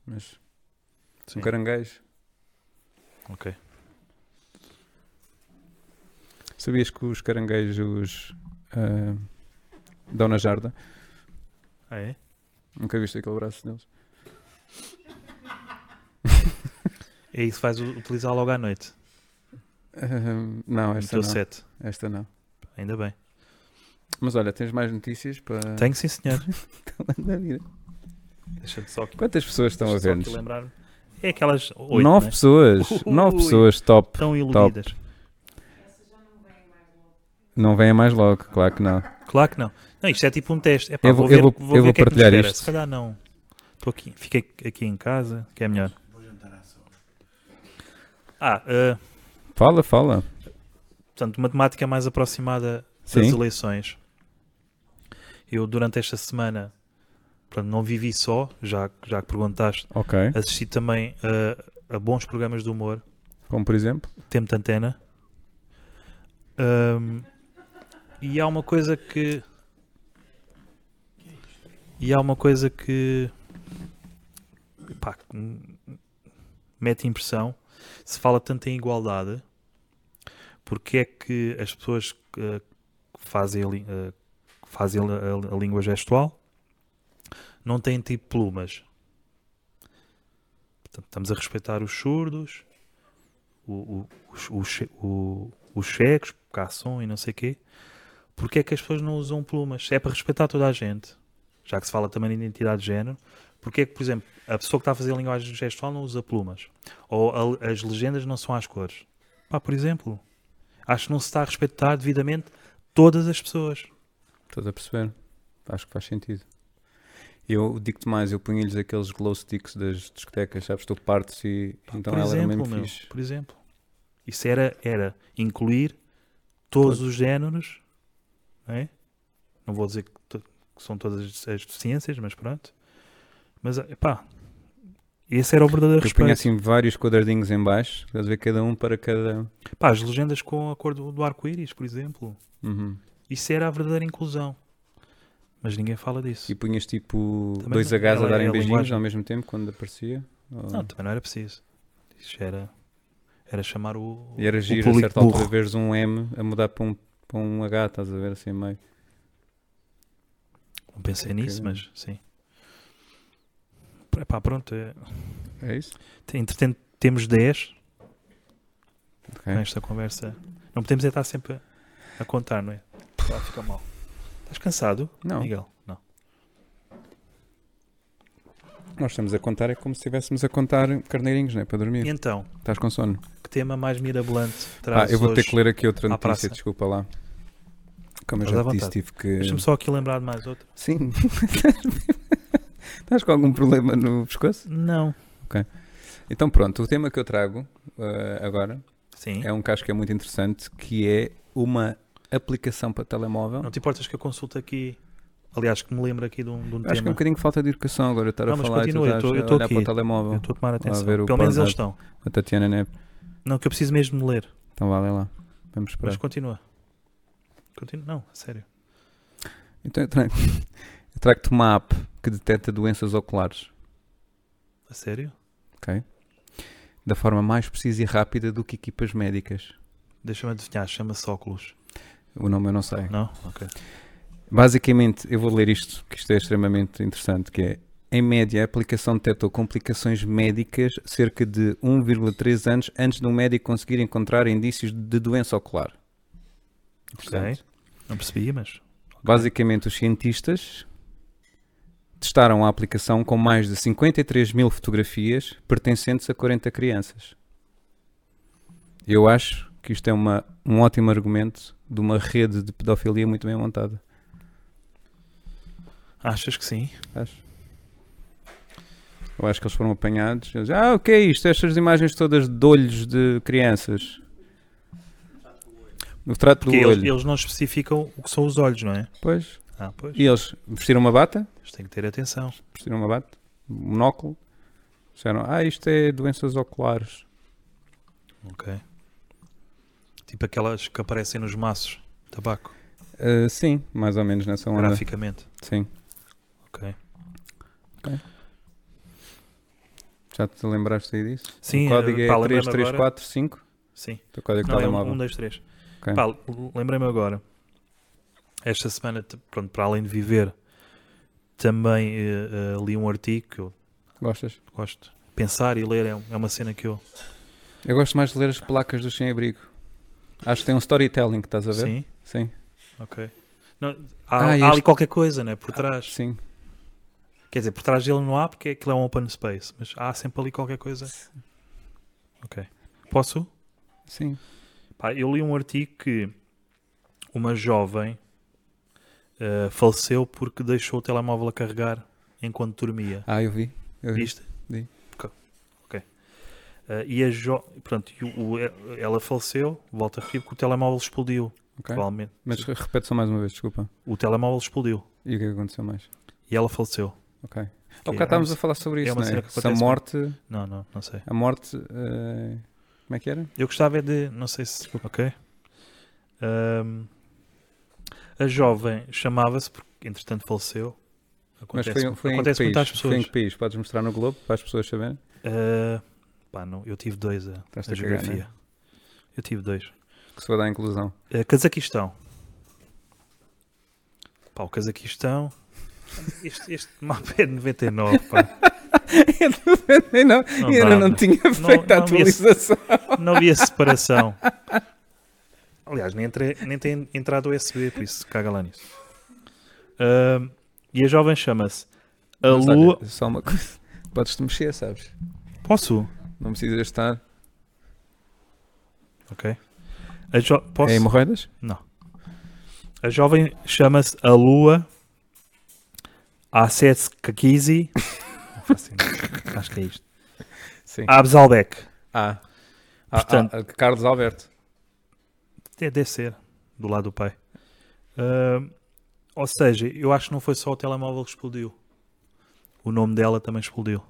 Mas.
Sim.
Um caranguejo.
Ok.
Sabias que os caranguejos ah, dão na jarda?
Ah, é?
Nunca viste aquele braço deles?
É isso que faz u- utilizar logo à noite.
Ah, não,
No
esta
teu
não.
set.
Esta não.
Ainda bem.
Mas olha, tens mais notícias para.
Tenho sim, senhor. Deixa-me só que.
Quantas pessoas estão a
deixa-me só aqui
ver-nos?
lembrar-me. É aquelas oito,
Então Nove
né?
pessoas. Nove
Ui.
pessoas, top.
Estão iludidas.
Não venha mais logo, claro que não.
Claro que não. Não, isto é tipo um teste. Epá,
Eu vou-
vou, ver,
eu vou- eu
ver
vou
o que é que me
partilhar
espera.
isto.
Se calhar não. Estou aqui, fiquei aqui em casa, que é melhor. Ah, ah,
Fala, fala.
portanto, uma temática mais aproximada das
Sim.
eleições. Eu, durante esta semana, portanto, não vivi só, já, já que perguntaste,
Ok.
assisti também ah, a bons programas de humor,
Como por exemplo?
Tempo de Antena. Ahm, e há uma coisa que. E há uma coisa que. pá, que m- mete impressão. Se fala tanto em igualdade, porque é que as pessoas eh, que fazem, a, lí- eh, que fazem a, a- a língua gestual não têm tipo plumas? Portanto, estamos a respeitar os surdos, o- o- os, os, che- o- os cegos, porque há som e não sei o quê, porque é que as pessoas não usam plumas? É para respeitar toda a gente, já que se fala também de identidade de género, porque é que, por exemplo, a pessoa que está a fazer linguagem gestual não usa plumas? Ou a- as legendas não são às cores? Pá, por exemplo, acho que não se está a respeitar devidamente todas as pessoas.
Estás a perceber? Acho que faz sentido. Eu digo-te mais, eu punho-lhes aqueles glow sticks das discotecas, sabes? Tu partes e
Pá,
então
por
ela era
exemplo,
mesmo
meu,
fixe.
por exemplo. Isso era, era incluir todos os géneros, não é? Não vou dizer que, to- que são todas as, as deficiências, mas pronto. Mas, eh, pá, esse era o verdadeiro
Eu punha
respeito.
assim vários quadradinhos em baixo, estás a ver cada um para cada.
Pá, as legendas com a cor do, do arco-íris, por exemplo.
Uhum.
Isso era a verdadeira inclusão. Mas ninguém fala disso.
E punhas tipo
Também
dois
não-
agás a
ela é
darem
a
beijinhos
linguagem.
ao mesmo tempo quando aparecia? Ou-
Não, também não era preciso. Isso era, era chamar o,
E é era
o
giro a
público
certa
burro.
altura veres um M a mudar para um, para um H, estás a ver assim meio.
Não pensei
Ok. né?
nisso, mas sim. Epá, pronto, é-
É isso?
Entretanto, temos 10
Ok.
nesta conversa. Não podemos é estar sempre a- a contar, não é? Lá fica mal. Estás cansado,
Não,
Miguel? Não.
nós estamos a contar, é como se estivéssemos a contar carneirinhos, né? Para
E
dormir.
então,
Estás com sono.
que tema mais mirabolante
Ah,
traz
eu vou ter
hoje?
que ler aqui outra
à
notícia,
praça.
desculpa lá. Como eu
Mas
já
à
te disse,
vontade.
tive que.
Deixa-me só aqui lembrar de mais outro.
Sim. Estás com algum problema no pescoço?
Não.
Então pronto, o tema que eu trago eh, agora
Sim.
é um caso que é muito interessante, que é uma aplicação para telemóvel.
Não te importas que eu consulte aqui... Aliás, que me lembro aqui de um, de um
Acho que é um
tema.
bocadinho falta de educação agora eu estar a
Não, mas
falar
continua,
e
eu
tu estás
tô- eu
a
tô
olhar
aqui.
para o
Eu
telemóvel.
estou a tomar atenção.
ver o
Pelo menos
Pornhub.
eles estão.
A Tatiana Neve.
Não, que eu preciso mesmo de ler.
Então vale lá. Vamos esperar.
Mas continua. Continua. Não, a sério.
Então eu trago- eu trago-te uma app que detecta doenças oculares,
A sério?
ok? Da forma mais precisa e rápida do que equipas médicas.
Deixa-me adivinhar. Chama-se óculos.
O nome eu não sei.
Não? Ok.
Basicamente, eu vou ler isto, que isto é extremamente interessante, que é, em média, a aplicação detectou complicações médicas cerca de 1,3 anos antes de um médico conseguir encontrar indícios de doença ocular. Interessante.
Não percebi, mas...
Basicamente, os cientistas testaram a aplicação com mais de 53 mil fotografias pertencentes a 40 crianças. Eu acho que isto é uma, um ótimo argumento de uma rede de pedofilia muito bem montada.
Achas que sim?
Acho. Eu acho que eles foram apanhados. Eles, ah, o que é isto? Estas imagens todas de olhos de crianças. O trato do
Porque
olho.
eles, eles não especificam o que são os olhos, não é?
Pois.
Ah, pois.
E eles vestiram uma bata,
Mas tem que ter atenção.
vestiram uma bata, um monóculo. Disseram, ah, isto é doenças oculares.
Ok. Tipo aquelas que aparecem nos maços de tabaco,
Ah, sim, mais ou menos nessa onda.
graficamente.
Sim.
Ok.
Já te lembraste aí disso?
Sim,
o código
eh,
é
pá, lembrei-me agora-
3345.
Sim.
O teu código
Não, é um,
telemóvel.
um, dois, três.
Ok.
Pá, lembrei-me agora. Esta semana, t- pronto, para além de viver, também eh, eh, li um artigo que eu
Gostas?
gosto. Pensar e ler é, um- é uma cena que eu.
Eu gosto mais de ler as placas do sem-abrigo. Acho que tem um storytelling, estás a ver?
Sim,
Sim.
ok. Não, há,
Ah,
há
este- Ah,
ali qualquer coisa, né? Por trás.
Sim.
Quer dizer, por trás dele não há porque aquilo é um open space, mas há sempre ali qualquer coisa. Ok. Posso?
Sim.
Pá, eu li um artigo que uma jovem eh, faleceu porque deixou o telemóvel a carregar enquanto dormia.
Ah, eu vi. Eu vi.
Viste?
Vi.
Ok. Ok. Eh, e a jo... Pronto, e o- o- ela faleceu, volta a repetir, porque o telemóvel explodiu,
Ok.
provavelmente.
Mas re- repete só mais uma vez, desculpa.
O telemóvel explodiu
E o que é que aconteceu mais?
e ela faleceu.
Ok. Há
Que
bocado
é-
estávamos a falar sobre
é
isso,
uma
não
cena
é?
que
Se a
acontece
morte.
Não, não, não sei.
A morte. eh, Como é que era?
Eu gostava é de. Não sei se. Ok. Ahm, a jovem chamava-se, porque entretanto faleceu.
Mas
Acontece,
foi, foi em que
acontece muito às
país?
pessoas.
Foi em que país? Podes mostrar no Globo para as pessoas saberem?
Ah, pá, não, eu tive dois a,
Estás-te
a
a cagar, é?
geografia. Eu tive dois.
Que se vai dar a inclusão.
Ah, Cazaquistão. Pá, o Cazaquistão. Este, este mapa é de 99, pá.
não,
Não
ainda
dá,
não
não.
tinha feito a
não, esse-
atualização.
Não havia separação. Aliás, nem, entre- nem tem entrado USB, por isso caga lá nisso. Ahm, e a jovem chama-se A
Mas olha,
Lua.
só uma coisa. Podes-te mexer, sabes?
Posso?
Não precisas estar.
Ok. A, jo- posso?
É hemorroidas?
A jovem chama-se A Lua Acess Kakizi. Não faço ideia. Acho que é isto.
Sim.
Absalbeck.
Ah. Ah,
Portanto-
ah, ah, Carlos Alberto.
É deve ser, do lado do pai. Ahm, ou seja, eu acho que não foi só o telemóvel que explodiu. O nome dela também explodiu.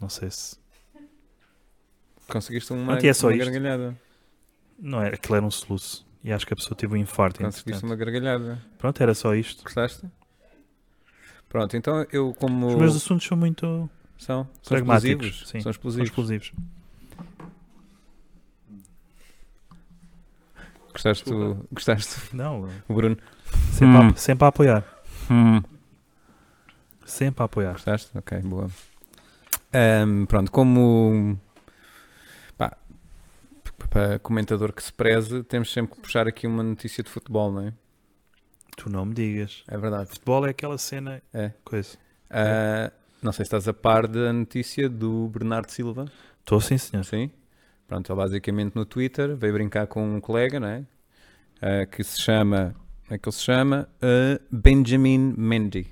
Não sei se.
Conseguiste uma,
Pronto, e é só
uma
isto.
gargalhada.
Não era, aquilo era um soluço. E acho que a pessoa teve um infarto.
Conseguiste
entretanto.
uma gargalhada.
Pronto, era só isto.
Gostaste? Pronto, então eu como.
Os meus assuntos são muito
São, são
pragmáticos.
explosivos.
Sim,
São
são
explosivos.
explosivos.
Gostaste,
Desculpa.
do- gostaste
Não,
do Bruno?
sempre,
Hum.
a, sempre a apoiar. Sempre a apoiar.
Gostaste? Ok, boa. Ahm, pronto, como pá, p- para comentador que se preze, temos sempre que puxar aqui uma notícia de futebol, não é?
Tu não me digas.
É verdade.
Futebol é aquela cena.
É.
Coisa.
Ah, não sei se estás a par da notícia do Bernardo Silva.
Estou sim, senhor.
Sim. Pronto, ele basicamente no Twitter veio brincar com um colega, não é? Ah, que se chama, como é que ele se chama? Ah, Benjamin Mendy.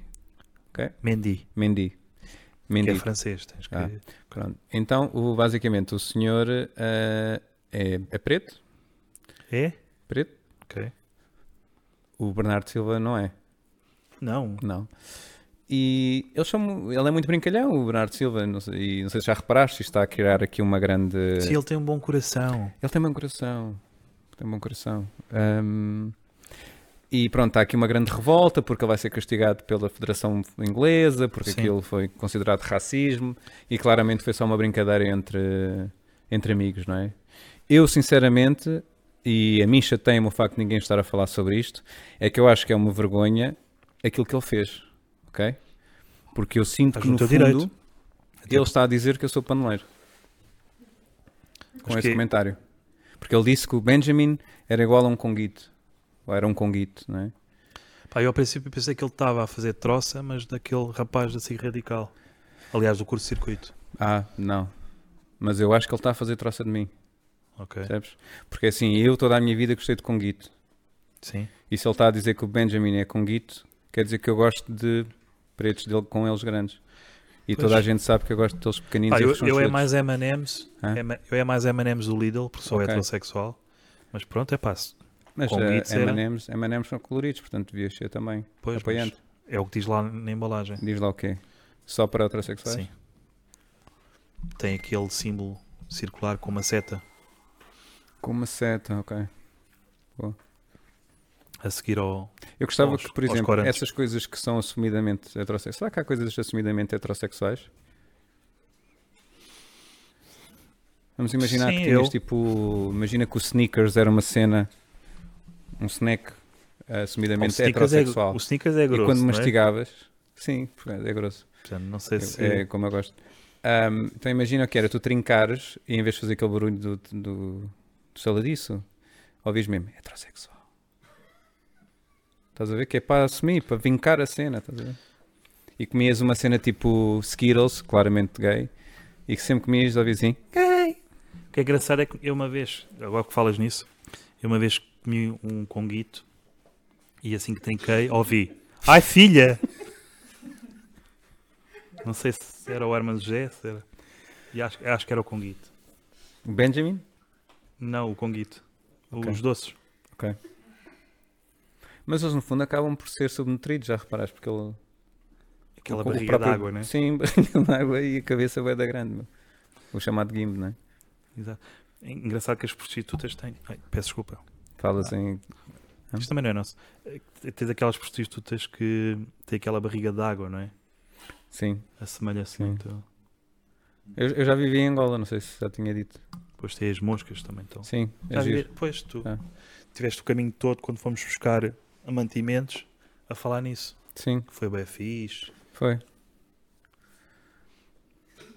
Mendy,
Mendy.
que é
Mendy.
francês. Tens que...
Ah. Pronto. Então, o, basicamente, o senhor ah, é, é preto,
É?
preto.
Ok.
O Bernardo Silva não é,
Não.
não. E eles são, ele é muito brincalhão, o Bernardo Silva. Não sei, e não sei se já reparaste, isto está a criar aqui uma grande.
Se ele tem um bom coração.
Ele tem um bom coração. Tem um bom coração. Ahm, e pronto, há aqui uma grande revolta porque ele vai ser castigado pela Federação Inglesa, porque
Sim.
aquilo foi considerado racismo e claramente foi só uma brincadeira entre, entre amigos, não é? Eu, sinceramente, e a mim chateia-me o facto de ninguém estar a falar sobre isto, é que eu acho que é uma vergonha aquilo que ele fez, ok? Porque eu sinto
Estás
que
no
no
teu
fundo
direito.
ele está a dizer que eu sou paneleiro com
Acho
esse
que- é?
comentário. Porque ele disse que o Benjamin era igual a um conguito. Ou era um conguito, não é?
Pá, eu ao princípio pensei que ele estava a fazer troça, mas daquele rapaz da SIG Radical. Aliás, do curto-circuito.
Ah, não. Mas eu acho que ele está a fazer troça de
É.
mim,
Ok.
percebes? Porque assim, eu toda a minha vida gostei de conguito.
Sim.
E se ele está a dizer que o Benjamin é conguito, quer dizer que eu gosto de pretos dele com eles grandes. E
Pois.
toda a gente sabe que eu gosto deles pequeninos
Pá,
e
eu,
eles são
eu é
chutos.
mais M&M's.
Hã?
Em- Eu é mais M&M's do Lidl, porque sou
Ok.
heterossexual. Mas pronto, é passo.
Mas
conguitos
eh,
era-
M&M's M&M's são coloridos, portanto devia ser também
Pois, mas
apoiante.
é o que diz lá na embalagem.
Diz lá o quê? Só para heterossexuais?
Sim. Tem aquele símbolo circular com uma seta
Com uma seta, ok.
a seguir ao.
Eu gostava
Aos-
que, por
aos
exemplo,
corantes.
essas coisas que são assumidamente heterossexuais. Será que há coisas assumidamente heterossexuais? Vamos imaginar
Sim,
que tinhas
eu-
tipo. Imagina que o sneakers era uma cena. Um snack eh,
O
assumidamente
sneakers, é,
heterossexual.
o sneakers é grosso.
e quando
não é?
mastigavas. Sim, é grosso.
Portanto, não sei
Eu-
se.
É como eu gosto. Ahm, então imagina o que era, tu trincares e em vez de fazer aquele barulho do, do, do saladiço, ouvias mesmo heterossexual. Estás a ver? Que é para assumir, para vincar a cena, estás a ver? E comias uma cena tipo Skittles, claramente gay, e que sempre comias ouvias assim, gay.
O que é engraçado é que eu uma vez, agora que falas nisso, eu uma vez comi um conguito e assim que trinquei, ouvi: Ai filha! não sei se era o Herman G, se era. E acho, acho que era o conguito.
Benjamin?
Não, o conguito.
Ok.
Os doces.
Mas eles no fundo acabam por ser subnutridos, já reparaste, porque ele...
Aquela
o- o
barriga
próprio-
d'água, né?
Sim, barriga d'água e a cabeça vai da grande, meu. O chamado guimbo, não é?
Exato. É engraçado que as prostitutas têm. Ai, peço desculpa.
Falas em... Hã?
Isto também não é nosso. Eh, Tens aquelas prostitutas que têm aquela barriga d'água, não é?
Sim.
Assemelha-se
Sim.
muito.
Eu, eu já vivi em Angola, não sei se já tinha dito.
Depois tem as moscas também. Então.
Sim, é
Já vi-
giro.
Pois tu
Ah.
tiveste o caminho todo quando fomos buscar mantimentos a falar nisso.
Sim,
Que Foi bem fixe.
foi.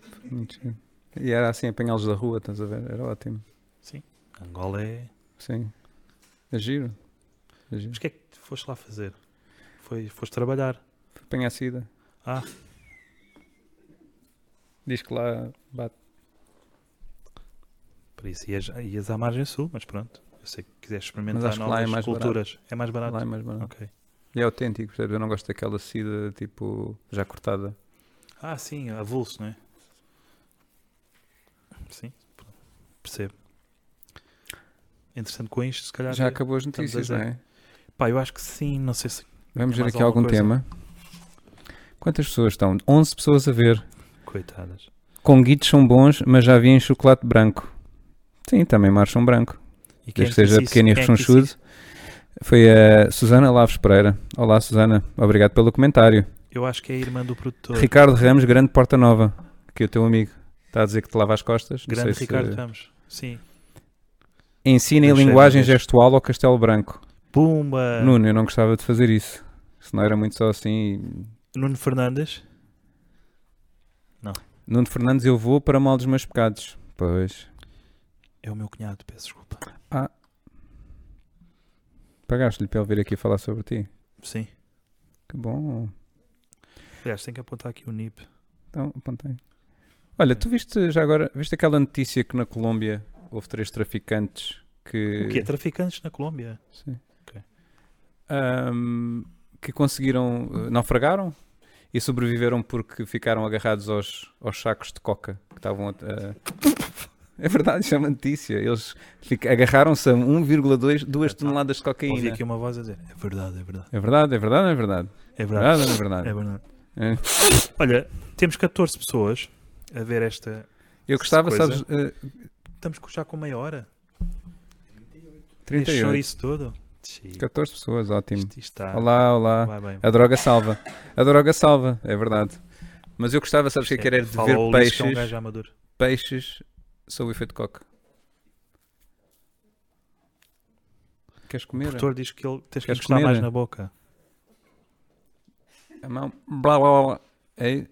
Foi muito giro. E era assim, apanhá-los da rua, estás a ver? Era ótimo.
Angola é.
Sim. É giro. É giro.
Mas o que é que tu foste lá fazer? Foi, foste trabalhar.
Foi apanhar sida.
Ah.
Diz que lá bate.
Para isso ias, ias à margem sul, mas pronto. Eu sei que quiseres
Mas
experimentar
acho que lá
novas
é mais
culturas. É mais barato.
Lá é mais barato.
Ok.
E é autêntico, percebes? Eu não gosto daquela sida tipo já cortada.
Ah, sim, avulso, não é? Sim, percebo. Entretanto, com isto, se calhar.
Já acabou as
estamos a
notícias, não
zero.
é?
Pá, eu acho que sim, não sei se.
Vamos
Tem
ver
mais
aqui algum
alguma coisa?
tema. Quantas pessoas estão? 11 pessoas a ver.
Coitadas.
Conguitos são bons, mas já vi em chocolate branco. Sim, também marcham branco.
E quem é que
Desde que seja
disse isso? é?
pequeno e
Quem é que disse
rechonchudo. Foi a Susana Laves Pereira. Olá, Susana. Obrigado pelo comentário.
isso? Eu acho que é a irmã do produtor.
Ricardo Ramos, grande Porta Nova. Que é o teu amigo. Está a dizer que te lava as costas. Não
Grande
sei
Ricardo é
se... é.
Ramos. Sim.
Ensina em
Não sei,
linguagem
não vejo.
gestual ao Castelo Branco.
Pumba! Nuno,
Nuno, eu não gostava de fazer isso. Se não era muito só assim.
Fernandes.
Nuno Fernandes, eu vou para mal dos meus pecados. Pois.
É o meu cunhado, peço desculpa.
Pagaste-lhe para ele vir aqui falar sobre ti.
Sim.
Que bom.
Aliás, tem que apontar aqui o NIP.
Então, apontei. Olha, tu viste já agora, viste aquela notícia que na Colômbia houve três traficantes que.
O quê? Traficantes na Colômbia?
Sim.
Ok.
Ahm, que conseguiram, eh, naufragaram e sobreviveram porque ficaram agarrados aos, aos sacos de coca que estavam a. a- É verdade, isso é uma notícia. Eles fica- agarraram-se a 1,2 duas toneladas de
Ouvi
cocaína.
aqui uma voz a dizer: é verdade, é verdade.
É verdade, é verdade, é verdade.
É
É
verdade.
verdade, é verdade.
É verdade.
É.
Olha, temos 14 pessoas a ver esta.
Eu gostava,
Coisa.
sabes, eh,
Estamos já com meia hora. Deixou
38,
isso todo? Sim.
14 pessoas, ótimo.
Isto está.
Olá, olá.
Vai bem.
A droga salva. A droga salva, é verdade. Mas eu gostava, sabes o que é que era de
Fala
ver
ao Ulisses, que é um
peixes,
gajo amador.
peixes sob o efeito de coca. Queres
O
comer?
produtor diz que ele tens que
Queres
encostar
comer? né?
mais na boca.
A mão. Blá blá blá. Ei,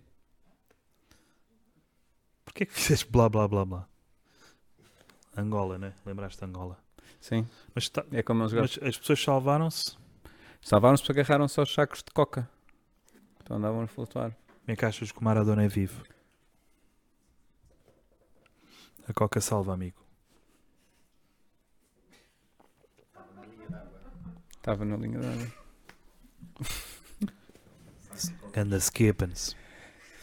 Porquê que fizeste blá blá blá blá? Angola, né? Lembraste de Angola.
sim,
Mas, tá-
é como eles gostam.
mas as pessoas salvaram-se.
Salvaram-se porque agarraram só os sacos de coca. Então andavam a flutuar.
Como é que achas que o Maradona é vivo? A Coca salva, amigo.
Estava na linha da água.
Anda Skippens.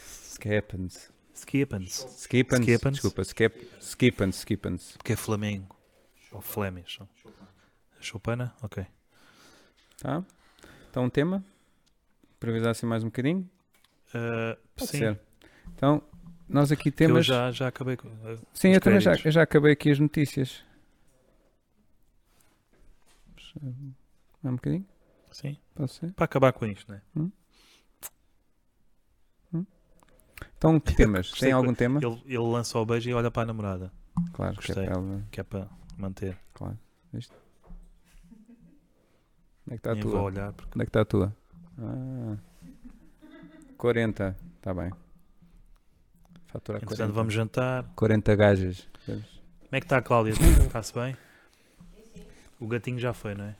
Skippens.
Skippens.
Skippens.
Skippens.
Desculpa, skip, skippens, skippens.
Porque é Flamengo. Ou Flemish. ou- Chopana? Ok.
Tá? Então um tema. Improvisar assim mais um bocadinho.
Ah,
Pode
sim.
ser. Então, nós aqui
Que Eu
temos.
já, já acabei com. eh,
Sim,
os
eu também já,
créditos.
eu já acabei aqui as notícias. Dá um bocadinho?
Sim.
Pode ser?
Para acabar com isto, né?
Então, que temas?
Gostei
Tem algum tema?
Ele, ele lança o beijo e olha para a namorada,
Claro, que é
gostei.
para ela.
que é para manter.
Onde é que está a
Nem
tua?
vou olhar porque
Onde é que está a tua? Ah, 40. Está Tá bem. Fatura
entretanto
40.
vamos jantar.
40 gajas.
Como é que está a Cláudia? Está-se bem? O gatinho já foi, não é?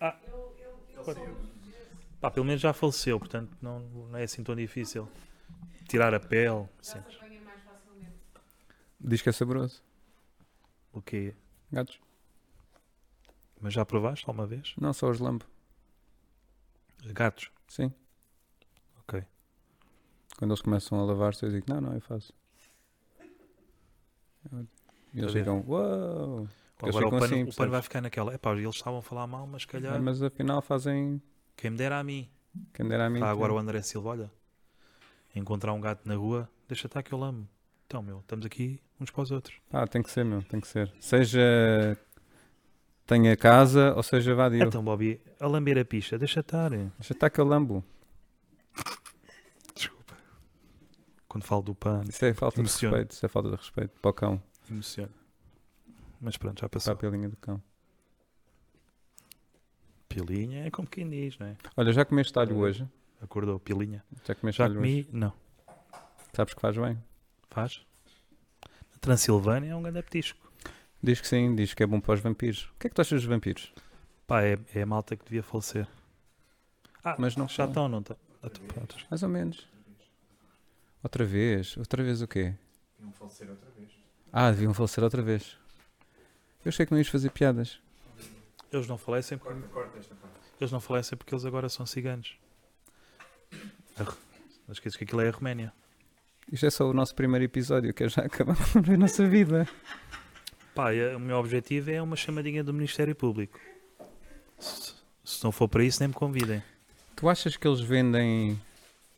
Ah. Pá, pelo menos já faleceu, portanto não, não é assim tão difícil. Tirar a pele, assim.
Diz que é saboroso.
o quê?
Gatos?
Mas já provaste alguma vez?
Não, só os lambo.
Gatos?
Sim.
Ok.
Quando eles começam a lavar-se, eu digo, não, não, eu faço. E eles
Tá bem.
ficam, uau! Eles
Agora o
ficam
pano,
assim,
o pano vai
percebes?
ficar naquela. Epá, eles estavam a falar mal, mas se calhar
Mas afinal fazem
quem me dera a mim.
quem dera a mim.
Está agora o
entende?
André Silva, olha. Encontrar um gato na rua, deixa estar que eu lamo. Então, meu, estamos aqui uns para os outros.
Ah, tem que ser, meu, tem que ser. Seja tenha casa ou seja vadio.
Então, Bobby, a lamber a picha, deixa estar.
Já está que eu lambo.
Desculpa. Quando falo do pano,
Isso é falta
Emociona.
de respeito. Isso é falta de respeito para o cão,
emociona. Mas pronto, já
para
passou.
a pelinha do cão.
Pilinha é como quem diz, não é?
Olha, já comeste talho hoje?
Acordou, pilinha.
Já comeste
Já
talho hoje?
comi? Não.
Sabes que faz bem?
Faz? A Transilvânia é um grande petisco.
Diz que sim, diz que é bom para os vampiros. O que é que tu achas dos vampiros?
Pá, é, é a malta que devia falecer. Ah,
Mas não
já
falam.
estão, não estão? Ah, estão prontos.
Mais ou menos. Outra vez? Outra vez o quê?
tá.
Deviam falecer outra vez. Ah, deviam falecer outra vez. Eu achei que não ias fazer piadas.
Eles não falecem porque. Eles não falecem porque eles agora são ciganos. A Ru- Não esqueças que aquilo é a Roménia.
Isto é só o nosso primeiro episódio, que é já acabar com a nossa vida.
Pá, e, eh, o meu objetivo é uma chamadinha do Ministério Público. Se, se não for para isso, nem me convidem.
Tu achas que eles vendem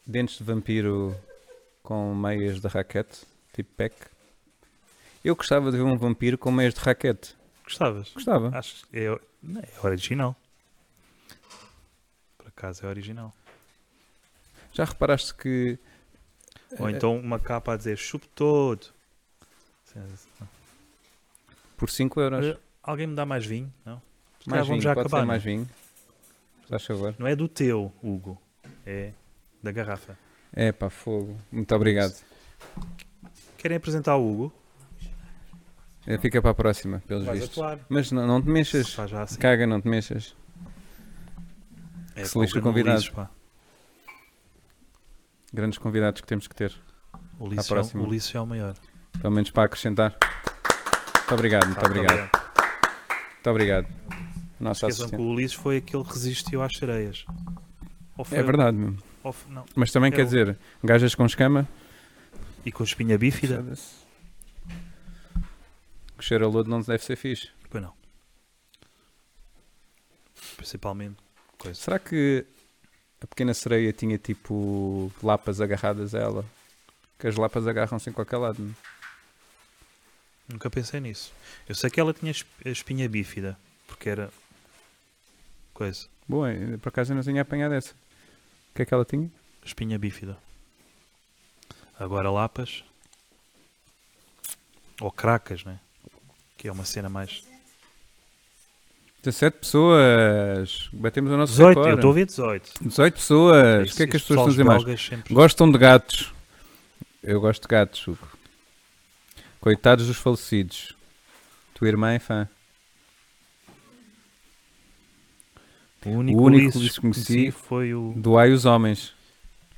dentes de vampiro com meias de raquete? Tipo pack? Eu gostava de ver um vampiro com meias de raquete.
Gostavas?
Gostava.
Acho que é, não, é original. Por acaso é original.
Já reparaste que.
Ou
eh,
então uma capa a dizer chupe todo.
Por 5 euros.
Eh, Alguém me dá mais vinho? Não? Se calhar
mais vinho,
vamos já
pode
acabar.
ser
não? é?
mais vinho. Faz favor.
não é do teu, Hugo. É da garrafa.
É pá, fogo. Muito obrigado.
Querem apresentar o Hugo?
É, Fica para a próxima, pelos
Vais
vistos.
atuar.
Mas não, não te mexas.
Faz já assim.
Caga, não te mexas.
É,
se lixe
culpa
o
do
convidado.
Ulisses, pá.
Grandes convidados que temos que ter.
O Ulisses,
À
é, o
próxima.
Ulisses é o maior.
Pelo menos para acrescentar. Muito obrigado, Ah, muito
Tá,
obrigado. Muito obrigado. Nossa
Esqueçam que
assistente.
o Ulisses foi aquele que resistiu às sereias. Ou foi-
É verdade, mesmo.
ou f- não.
mas também
É
quer
o-
dizer, gajas com escama.
E com a espinha bífida?
foda-se. Que cheiro a lodo não deve ser fixe.
Pois não. Principalmente. Coisa.
Será que a pequena sereia tinha tipo lapas agarradas a ela? Que as lapas agarram-se em qualquer lado. não?
Nunca pensei nisso. Eu sei que ela tinha esp- a espinha bífida. Porque era. Coisa.
Bom, eh, por acaso eu não tinha apanhado essa. O que é que ela tinha?
Espinha bífida. Agora lapas. Ou cracas, né? Que é uma cena mais.
17 pessoas. Batemos o nosso
18,
recorde.
eu estou a ver 18.
18 pessoas.
Isso-
o que é que as
isso
pessoas
pessoal,
estão a
os
dizer mais?
belgas sempre-
Gostam de gatos. Eu gosto de gatos, Hugo. Coitados dos falecidos. Tua irmã é fã.
O único,
O único
Ulisses
Ulisses
que
que conheci
conheci foi o.
Doai os homens.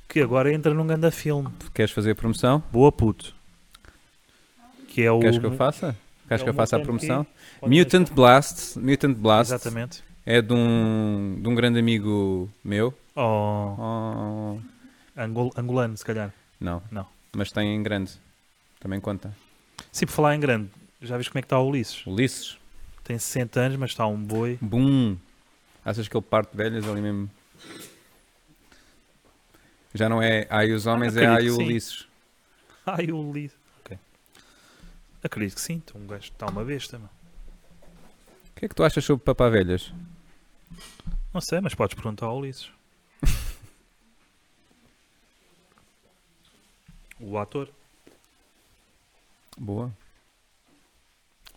Que agora entra num grande filme.
Queres fazer a promoção?
Boa puto. Que é o.
Queres que eu faça? Queres
é
que eu
o
faça a
Mutant
promoção?
Kid.
Mutant Blast. Mutant Blast
Exatamente.
é de um, de um grande amigo meu.
Oh,
Oh,
angol- angolano, se calhar.
não.
Não.
Mas tem em grande. Também conta.
Sim, por falar em grande, já viste como é que está o Ulisses?
Ulisses.
Tem 60 anos, mas está um boi.
Bum! Achas que ele parte velhas ali mesmo? Já não é ai os homens, é
acredito
ai
que sim.
Ulisses.
Ai, o Liz. Ok. Acredito que sim, então um gajo está uma besta, meu.
O que é que tu achas sobre papavelhas?
Não sei, mas podes perguntar ao Ulisses. o ator.
Boa.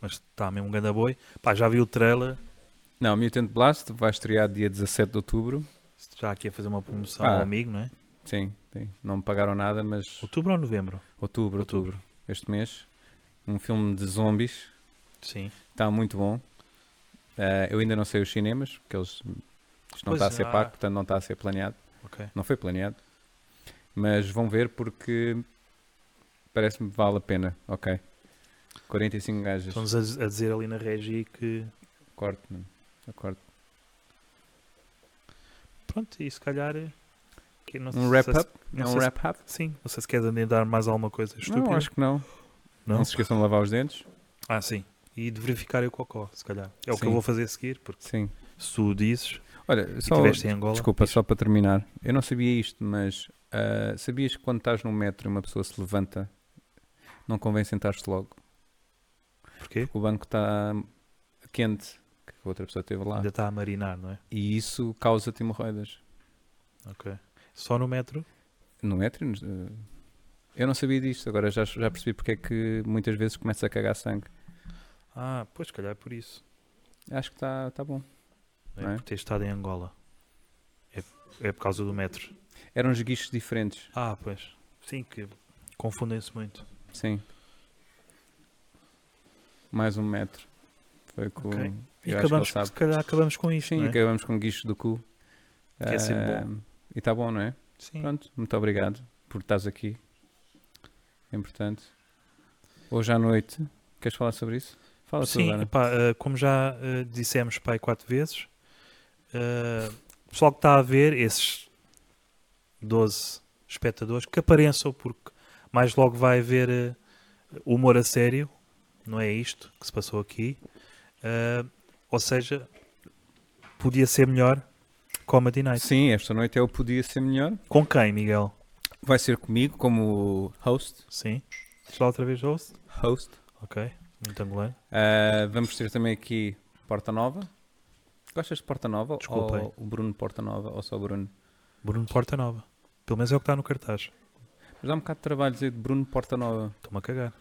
Mas está mesmo um ganda boi. Pá, já vi o trailer.
Não, Mutant Blast vai estrear dia 17 de outubro.
Já aqui a fazer uma promoção
Ah.
ao amigo, não é?
Sim, sim. Não me pagaram nada, mas
Outubro ou novembro?
outubro, outubro, este mês. Um filme de zombies.
Sim.
Está Tá muito bom. Eh, eu ainda não sei os cinemas, porque eles, isto não
Pois
está a ser
é.
pago, portanto não está a ser planeado.
Ok.
Não foi planeado. Mas vão ver porque parece-me que vale a pena. Ok. 45 gajas.
Estão-nos a, a dizer ali na regi que.
Corte, mano. Eu corto.
Pronto, e se calhar. eh, que não
Um
sei se-
wrap-up?
não
É um
sei se-
wrap-up?
Sim, não sei se queres adiantar mais alguma coisa estúpida.
Não, acho que não.
Não?
Não se esqueçam de lavar os dentes.
Ah, sim. E de verificar o cocó, se calhar. É o que
Sim.
eu vou fazer a seguir, porque
Sim.
se tu o dizes
Olha,
e
só,
estiveste em Angola.
desculpa, só para terminar. Eu não sabia isto, mas ah, sabias que quando estás num metro e uma pessoa se levanta, não convém sentar-te logo?
Porquê?
Porque o banco está quente, que a outra pessoa esteve lá.
Ainda está a marinar, não é?
E isso causa-te hemorroidas.
Só no metro?
No metro? nos- eh, Eu não sabia disto, agora já, já percebi porque é que muitas vezes começa a cagar sangue.
Ah, pois, se calhar é por isso.
Acho que está tá bom.
Não
Não
é?
é?
Por ter estado em Angola. É, é por causa do metro.
Eram os guichos diferentes,
Ah, pois. Sim, que confundem-se muito.
sim. Mais um metro. Foi com.
Ok. E
Eu acho que ele
acabamos,
sabe.
se calhar acabamos com isto,
Sim,
não é?
acabamos com guichos do cu.
Que é sempre
Ah, E está bom, não é?
Sim.
Pronto, muito obrigado por estás aqui. É importante. Hoje à noite, queres falar sobre isso? Fala tu,
Sim,
Ana.
epá, eh, como já eh, dissemos pai quatro vezes, eh, o pessoal que está a ver, esses 12 espectadores, que apareçam, porque mais logo vai haver eh, humor a sério, não é isto que se passou aqui. Eh, ou seja, podia ser melhor Comedy Night.
Sim, esta noite é o Podia Ser Melhor.
Com quem, Miguel?
Vai ser comigo como host.
Sim. Diz lá outra vez, host.
host.
Ok, muito angolano.
Ah, vamos ter também aqui Porta Nova. Gostas de Porta Nova?
Desculpem.
Ou o Bruno Porta Nova ou só o Bruno?
Bruno Porta Nova. Pelo menos é o que está no cartaz.
Mas dá um bocado de trabalho dizer de Bruno Porta Nova.
Estou-me a cagar.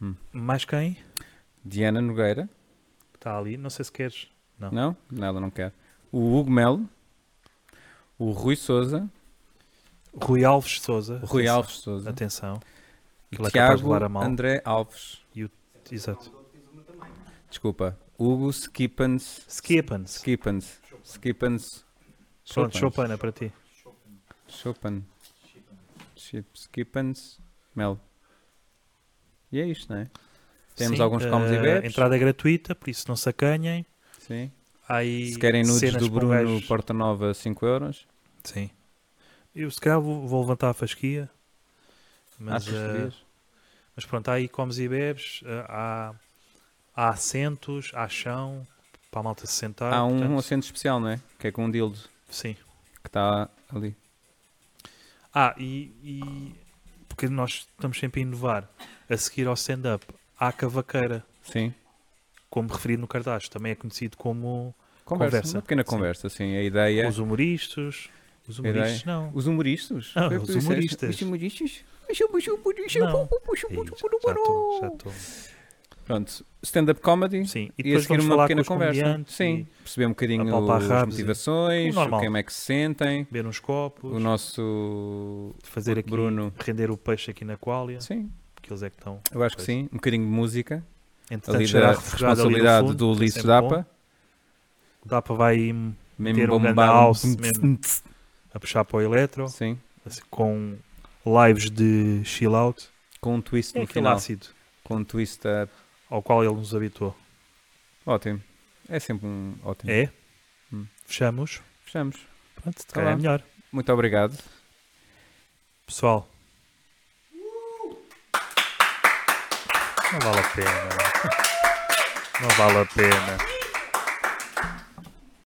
Hum.
Mais quem?
Diana Nogueira.
Está ali, não sei se queres. Não.
Não? Não, ela não quer. O Hugo Melo. O Rui Souza.
Rui Alves Souza.
O Rui
atenção.
Alves Souza.
Atenção.
E
Ele é capaz de
Tiago
levar a mal.
André Alves.
Exato.
Desculpa. Hugo Skippens.
Skippens.
Skippens. Skippens.
Pronto, Chopin é para ti.
Chopin. Chip- Skippens. Mel. E é isto, não é? Temos
Sim,
alguns comes e
eh,
bebes.
Entrada é gratuita, por isso não se acanhem.
Sim.
Há Aí
Se querem nudes
cenas
do
para um
Bruno
gajo-
Porta Nova, 5 euros.
Sim. Eu se calhar vou, vou levantar a fasquia. Mas,
Achas que
eh,
devias?
mas pronto, há aí comes e bebes. eh, há, há assentos, há chão para a malta se sentar.
Há um
portanto,
acento especial, não é? Que é com um dildo
Sim.
que está ali.
Ah, e, e- porque nós estamos sempre a inovar. A seguir ao stand-up, há a cavaqueira,
Sim.
como referido no cartaz, também é conhecido como
Conversa.
Conversa.
Uma pequena
Sim.
conversa, sim. A ideia.
os humoristas. Os
Ideia.
humoristas não.
Os humoristas?
Ah,
Foi o que
os
tu disseste?
humoristas.
Os humoristas? Os humoristas?
Não.
Os
Ei,
humoristas?
É já estou, já estou.
Pronto, stand-up comedy.
um. Sim, e
E,
depois
a seguir
vamos
uma
falar com
pequena
os
conversa.
comediantes
Sim,
Sim.
perceber um bocadinho
apalpar
as
rabos e-
motivações,
O normal.
como é que se sentem.
beber uns copos,
O nosso
fazer aqui,
Bruno.
render o peixe aqui na qualia,
Sim,
porque eles é que estão.
eu acho que sim. Um bocadinho de música.
Entretanto,
Ali
será
da
refogado ali no
responsabilidade
fundo, que
do
é
Ulisses
sempre bom.
Dapa.
Dapa vai hum,
Mesmo
Ter um ganda
bombado.
house, mesmo. a puxar para o eletro,
Sim,
assim, com lives de chill out.
com um twist
É
no
aquele
final.
ácido
Com um twist a-
ao qual ele nos habituou.
ótimo. É sempre um ótimo.
É?
Hum.
Fechamos.
Fechamos.
Pronto, se
Tá
calhar é
lá.
melhor.
Muito obrigado.
Pessoal. Não vale a pena. Não vale a pena.